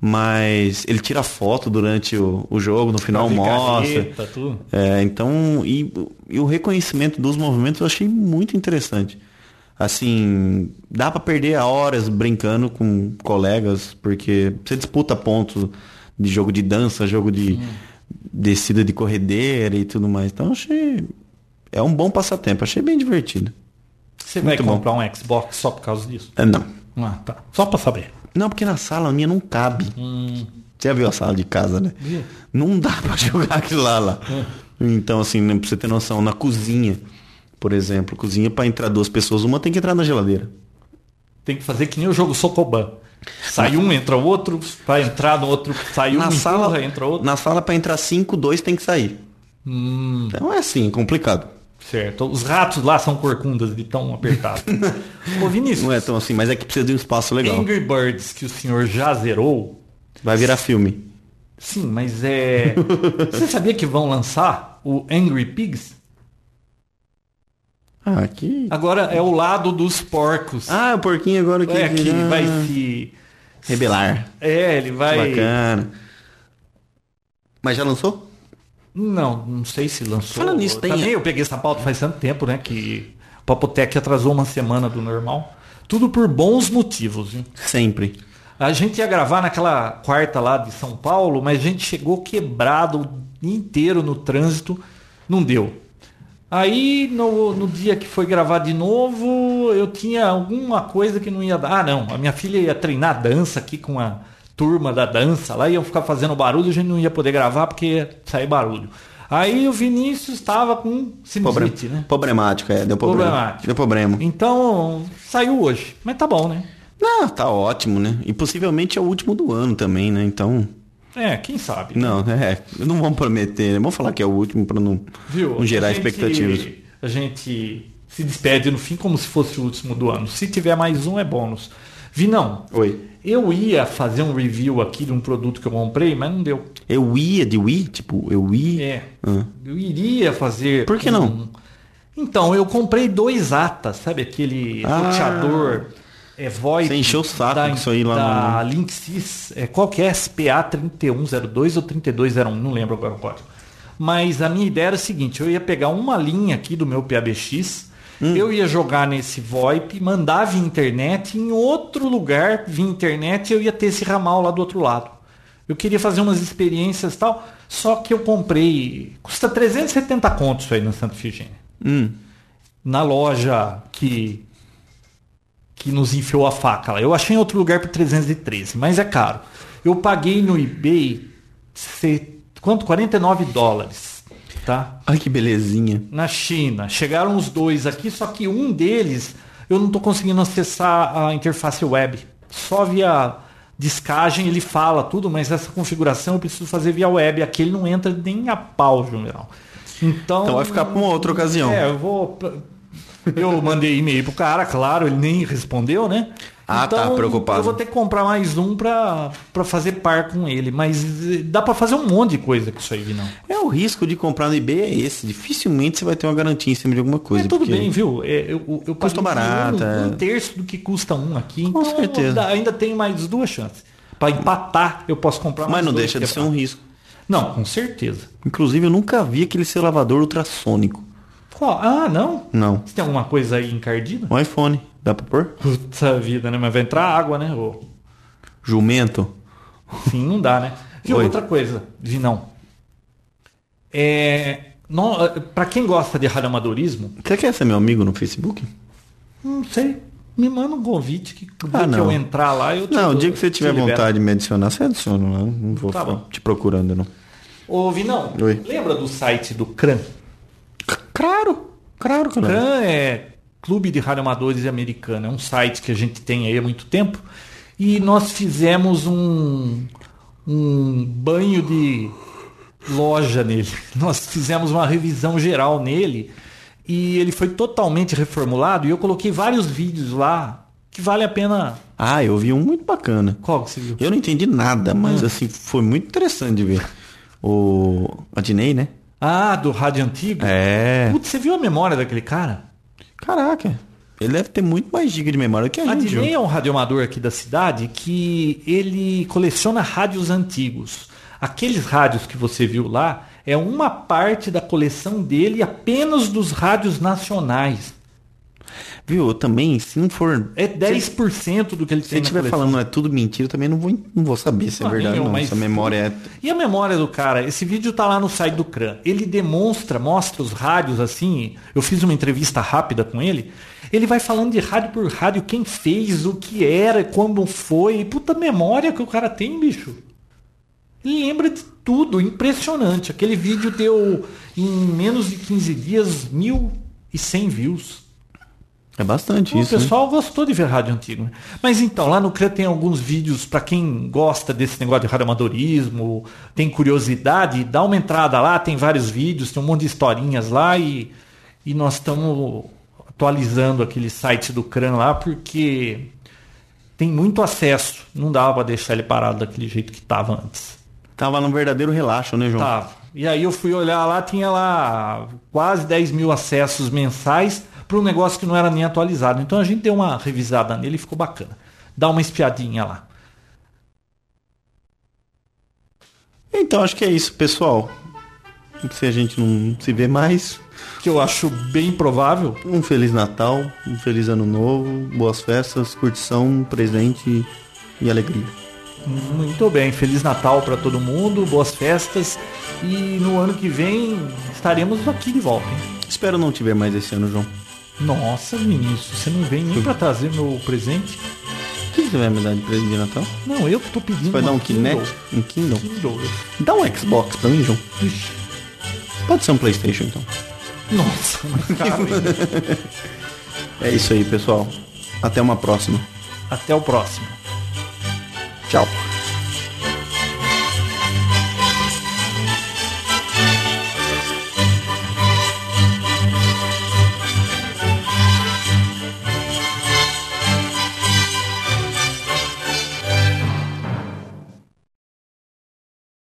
Speaker 3: Mas ele tira foto durante o, o jogo, no final
Speaker 4: Pra ver
Speaker 3: mostra.
Speaker 4: careta, tudo.
Speaker 3: É, então, e, e o reconhecimento dos movimentos eu achei muito interessante. assim, dá pra perder horas brincando com colegas, porque você disputa pontos de jogo de dança, jogo de descida de corredeira e tudo mais. Então achei. É um bom passatempo, achei bem divertido.
Speaker 4: Você vai
Speaker 3: Muito bom.
Speaker 4: comprar um Xbox só por causa disso?
Speaker 3: É, não.
Speaker 4: Ah, tá. Só pra saber.
Speaker 3: Não, porque na sala minha não cabe.
Speaker 4: Hum.
Speaker 3: Você já viu a sala de casa, né? Não dá pra jogar aquilo lá. lá.
Speaker 4: É.
Speaker 3: Então, assim, né, pra você ter noção, na cozinha, por exemplo, cozinha pra entrar duas pessoas, uma tem que entrar na geladeira.
Speaker 4: Tem que fazer que nem o jogo Socoban. Sai um, entra outro, vai entrar no outro, sai um,
Speaker 3: na
Speaker 4: empurra,
Speaker 3: sala,
Speaker 4: entra outro.
Speaker 3: na sala para entrar cinco, dois tem que sair.
Speaker 4: Hum.
Speaker 3: Então é assim, complicado.
Speaker 4: Certo. Os ratos lá são corcundas de tão apertado. Ô Vinícius,
Speaker 3: Não é tão assim, mas é que precisa de um espaço legal.
Speaker 4: Angry Birds que o senhor já zerou,
Speaker 3: Vai virar filme.
Speaker 4: sim, mas é... Você sabia que vão lançar o Angry Pigs?
Speaker 3: Ah, aqui.
Speaker 4: Agora é o lado dos porcos.
Speaker 3: Ah, o porquinho agora que,
Speaker 4: é, que
Speaker 3: ah,
Speaker 4: vai se...
Speaker 3: rebelar.
Speaker 4: É, ele vai...
Speaker 3: Bacana. Mas já lançou?
Speaker 4: Não, não sei se lançou.
Speaker 3: Falando nisso, tem-
Speaker 4: Também eu peguei essa pauta faz tanto tempo, né? Que o Papotec atrasou uma semana do normal. Tudo por bons motivos, viu?
Speaker 3: Sempre.
Speaker 4: A gente ia gravar naquela quarta lá de São Paulo, mas a gente chegou quebrado o dia inteiro no trânsito, não deu. Aí no, no dia que foi gravar de novo, eu tinha alguma coisa que não ia dar. Ah, não, a minha filha ia treinar dança aqui com a turma da dança lá, iam ficar fazendo barulho, a gente não ia poder gravar porque ia sair barulho. Aí o Vinícius estava com
Speaker 3: Problema-
Speaker 4: sinusite, né?
Speaker 3: Problemático, é. Deu problema.
Speaker 4: Problemático.
Speaker 3: Deu problema.
Speaker 4: Então, saiu hoje. Mas tá bom, né?
Speaker 3: Não, tá ótimo, né? E possivelmente é o último do ano também, né? Então.
Speaker 4: É, quem sabe?
Speaker 3: Não, é. Não vamos prometer, né? Vamos falar que é o último pra não,
Speaker 4: Viu?
Speaker 3: não gerar
Speaker 4: A gente-
Speaker 3: expectativas.
Speaker 4: A gente se despede no fim como se fosse o último do ano. Se tiver mais um, é bônus. Vi, não.
Speaker 3: Oi.
Speaker 4: Eu ia fazer um review aqui de um produto que eu comprei, mas não deu.
Speaker 3: Eu ia de Wii? Tipo, eu ia.
Speaker 4: É.
Speaker 3: Ah.
Speaker 4: Eu iria fazer. um.
Speaker 3: Por que não?
Speaker 4: Então, eu comprei dois atas, sabe? Aquele
Speaker 3: Ah.
Speaker 4: roteador. É VoIP.
Speaker 3: Você encheu o saco com isso aí lá
Speaker 4: da
Speaker 3: no-
Speaker 4: Linksys, é, qual que é? SPA3102 ou 3201, não lembro agora o código. Mas a minha ideia era o seguinte, eu ia pegar uma linha aqui do meu PABX,
Speaker 3: Hum.
Speaker 4: eu ia jogar nesse VoIP, mandar via internet, em outro lugar via internet eu ia ter esse ramal lá do outro lado. Eu queria fazer umas experiências e tal, só que eu comprei, custa 370 contos isso aí na Santa Figênia
Speaker 3: Hum.
Speaker 4: na loja que que nos enfiou a faca lá. Eu achei em outro lugar por 313, mas é caro. Eu paguei no eBay se- quanto 49 dólares, tá?
Speaker 3: Ai, que belezinha.
Speaker 4: Na China. Chegaram os dois aqui, só que um deles eu não estou conseguindo acessar a interface web. Só via discagem ele fala tudo, mas essa configuração eu preciso fazer via web. Aquele não entra nem a pau, Jumiral. Então,
Speaker 3: Então vai ficar pra uma outra ocasião.
Speaker 4: é, eu vou. Eu mandei e-mail pro cara, claro, ele nem respondeu, né?
Speaker 3: Ah, tá, preocupado.
Speaker 4: Eu vou ter que comprar mais um pra, pra fazer par com ele. Mas eh, dá pra fazer um monte de coisa com isso aí, Vinão.
Speaker 3: É, o risco de comprar no eBay é esse. Dificilmente você vai ter uma garantia em cima de alguma coisa.
Speaker 4: Mas tudo
Speaker 3: porque-
Speaker 4: bem, viu? É, eu, eu- eu
Speaker 3: Custa
Speaker 4: paguei
Speaker 3: barato,
Speaker 4: Um, um
Speaker 3: é.
Speaker 4: terço do que custa um aqui.
Speaker 3: Com
Speaker 4: então
Speaker 3: certeza.
Speaker 4: dá- ainda tem mais duas chances. Pra empatar, eu posso comprar mais
Speaker 3: Mas não
Speaker 4: dois
Speaker 3: deixa de ser um
Speaker 4: quebrados.
Speaker 3: risco.
Speaker 4: Não, com certeza.
Speaker 3: Inclusive, eu nunca vi aquele seu lavador ultrassônico.
Speaker 4: Qual? Ah, não?
Speaker 3: Não.
Speaker 4: Você tem alguma coisa aí encardida?
Speaker 3: Um iPhone. Dá pra pôr?
Speaker 4: Puta vida, né? Mas vai entrar água, né? ô?
Speaker 3: Jumento.
Speaker 4: Sim, não dá, né? Viu,
Speaker 3: Oi.
Speaker 4: outra coisa, Vinão. É, não, pra quem gosta de radiamadorismo,
Speaker 3: Você quer ser meu amigo no Facebook?
Speaker 4: não sei, me manda um convite que o dia
Speaker 3: Ah,
Speaker 4: que
Speaker 3: não.
Speaker 4: eu entrar lá, eu te
Speaker 3: Não, o
Speaker 4: dou-
Speaker 3: dia que você
Speaker 4: Tipo, te
Speaker 3: tiver
Speaker 4: libero.
Speaker 3: vontade de me adicionar, você adiciona lá. Não vou
Speaker 4: Tá
Speaker 3: ficar
Speaker 4: bom.
Speaker 3: te procurando, não.
Speaker 4: Ô, Vinão,
Speaker 3: Oi.
Speaker 4: lembra do site do CRAN?
Speaker 3: Claro. Claro que não.
Speaker 4: CRAN é Clube de Radioamadores Americano, é um site que a gente tem aí há muito tempo, e nós fizemos um, um banho de loja nele. Nós fizemos uma revisão geral nele e ele foi totalmente reformulado e eu coloquei vários vídeos lá que vale a pena.
Speaker 3: Ah, eu vi um muito bacana.
Speaker 4: Qual que você viu?
Speaker 3: Eu não entendi nada,
Speaker 4: Ah.
Speaker 3: mas assim, foi muito interessante de ver. O Adinei, né?
Speaker 4: Ah, do rádio antigo?
Speaker 3: É.
Speaker 4: Putz, você viu a memória daquele cara?
Speaker 3: Caraca. Ele deve ter muito mais giga de memória do que a gente.
Speaker 4: Adnei
Speaker 3: viu.
Speaker 4: é um radioamador aqui da cidade que ele coleciona rádios antigos. Aqueles rádios que você viu lá é uma parte da coleção dele apenas dos rádios nacionais.
Speaker 3: Viu? Eu também, se não for.
Speaker 4: É 10% do que ele
Speaker 3: Se ele
Speaker 4: tem na
Speaker 3: estiver
Speaker 4: coleção.
Speaker 3: falando é tudo mentira, eu também não vou, não vou saber se é
Speaker 4: Ah,
Speaker 3: verdade
Speaker 4: nenhum,
Speaker 3: ou não.
Speaker 4: mas-
Speaker 3: Se a memória é.
Speaker 4: E a memória do cara? Esse vídeo tá lá no site do CRAN. Ele demonstra, mostra os rádios assim. Eu fiz uma entrevista rápida com ele. Ele vai falando de rádio por rádio, quem fez, o que era, quando foi. Puta memória que o cara tem, bicho. Ele lembra de tudo, impressionante. Aquele vídeo deu, em menos de 15 dias, 1.100 views.
Speaker 3: É bastante
Speaker 4: Bom,
Speaker 3: isso.
Speaker 4: o
Speaker 3: né?
Speaker 4: pessoal gostou de ver rádio antigo. né? Mas então, lá no CRE tem alguns vídeos para quem gosta desse negócio de radioamadorismo, tem curiosidade, dá uma entrada lá, tem vários vídeos, tem um monte de historinhas lá e, e nós estamos atualizando aquele site do CRAN lá porque tem muito acesso. Não dava para deixar ele parado daquele jeito que estava antes.
Speaker 3: Tava num verdadeiro relaxo, né, João?
Speaker 4: Tava. Tá. E aí eu fui olhar lá, tinha lá quase 10 mil acessos mensais para um negócio que não era nem atualizado. Então a gente deu uma revisada nele e ficou bacana. Dá uma espiadinha lá.
Speaker 3: Então acho que é isso, pessoal. Se a gente não se vê mais,
Speaker 4: Que eu acho bem provável.
Speaker 3: um Feliz Natal, um Feliz Ano Novo, boas festas, curtição, presente e alegria.
Speaker 4: Muito bem. Feliz Natal para todo mundo, boas festas. E no ano que vem estaremos aqui de volta. hein?
Speaker 3: Espero não te ver mais esse ano, João.
Speaker 4: Nossa, ministro, você não vem nem para trazer meu presente?
Speaker 3: O que você vai me dar de presente de Natal?
Speaker 4: Não, eu que tô pedindo.
Speaker 3: Vai dar
Speaker 4: uma
Speaker 3: um Kinect?
Speaker 4: Kindle.
Speaker 3: Um Kindle?
Speaker 4: Kindle.
Speaker 3: Dá um Xbox pra mim, João.
Speaker 4: Ixi,
Speaker 3: Pode ser um Playstation, então.
Speaker 4: Nossa, tá
Speaker 3: É isso aí, pessoal. Até uma próxima.
Speaker 4: até o próximo.
Speaker 3: Tchau.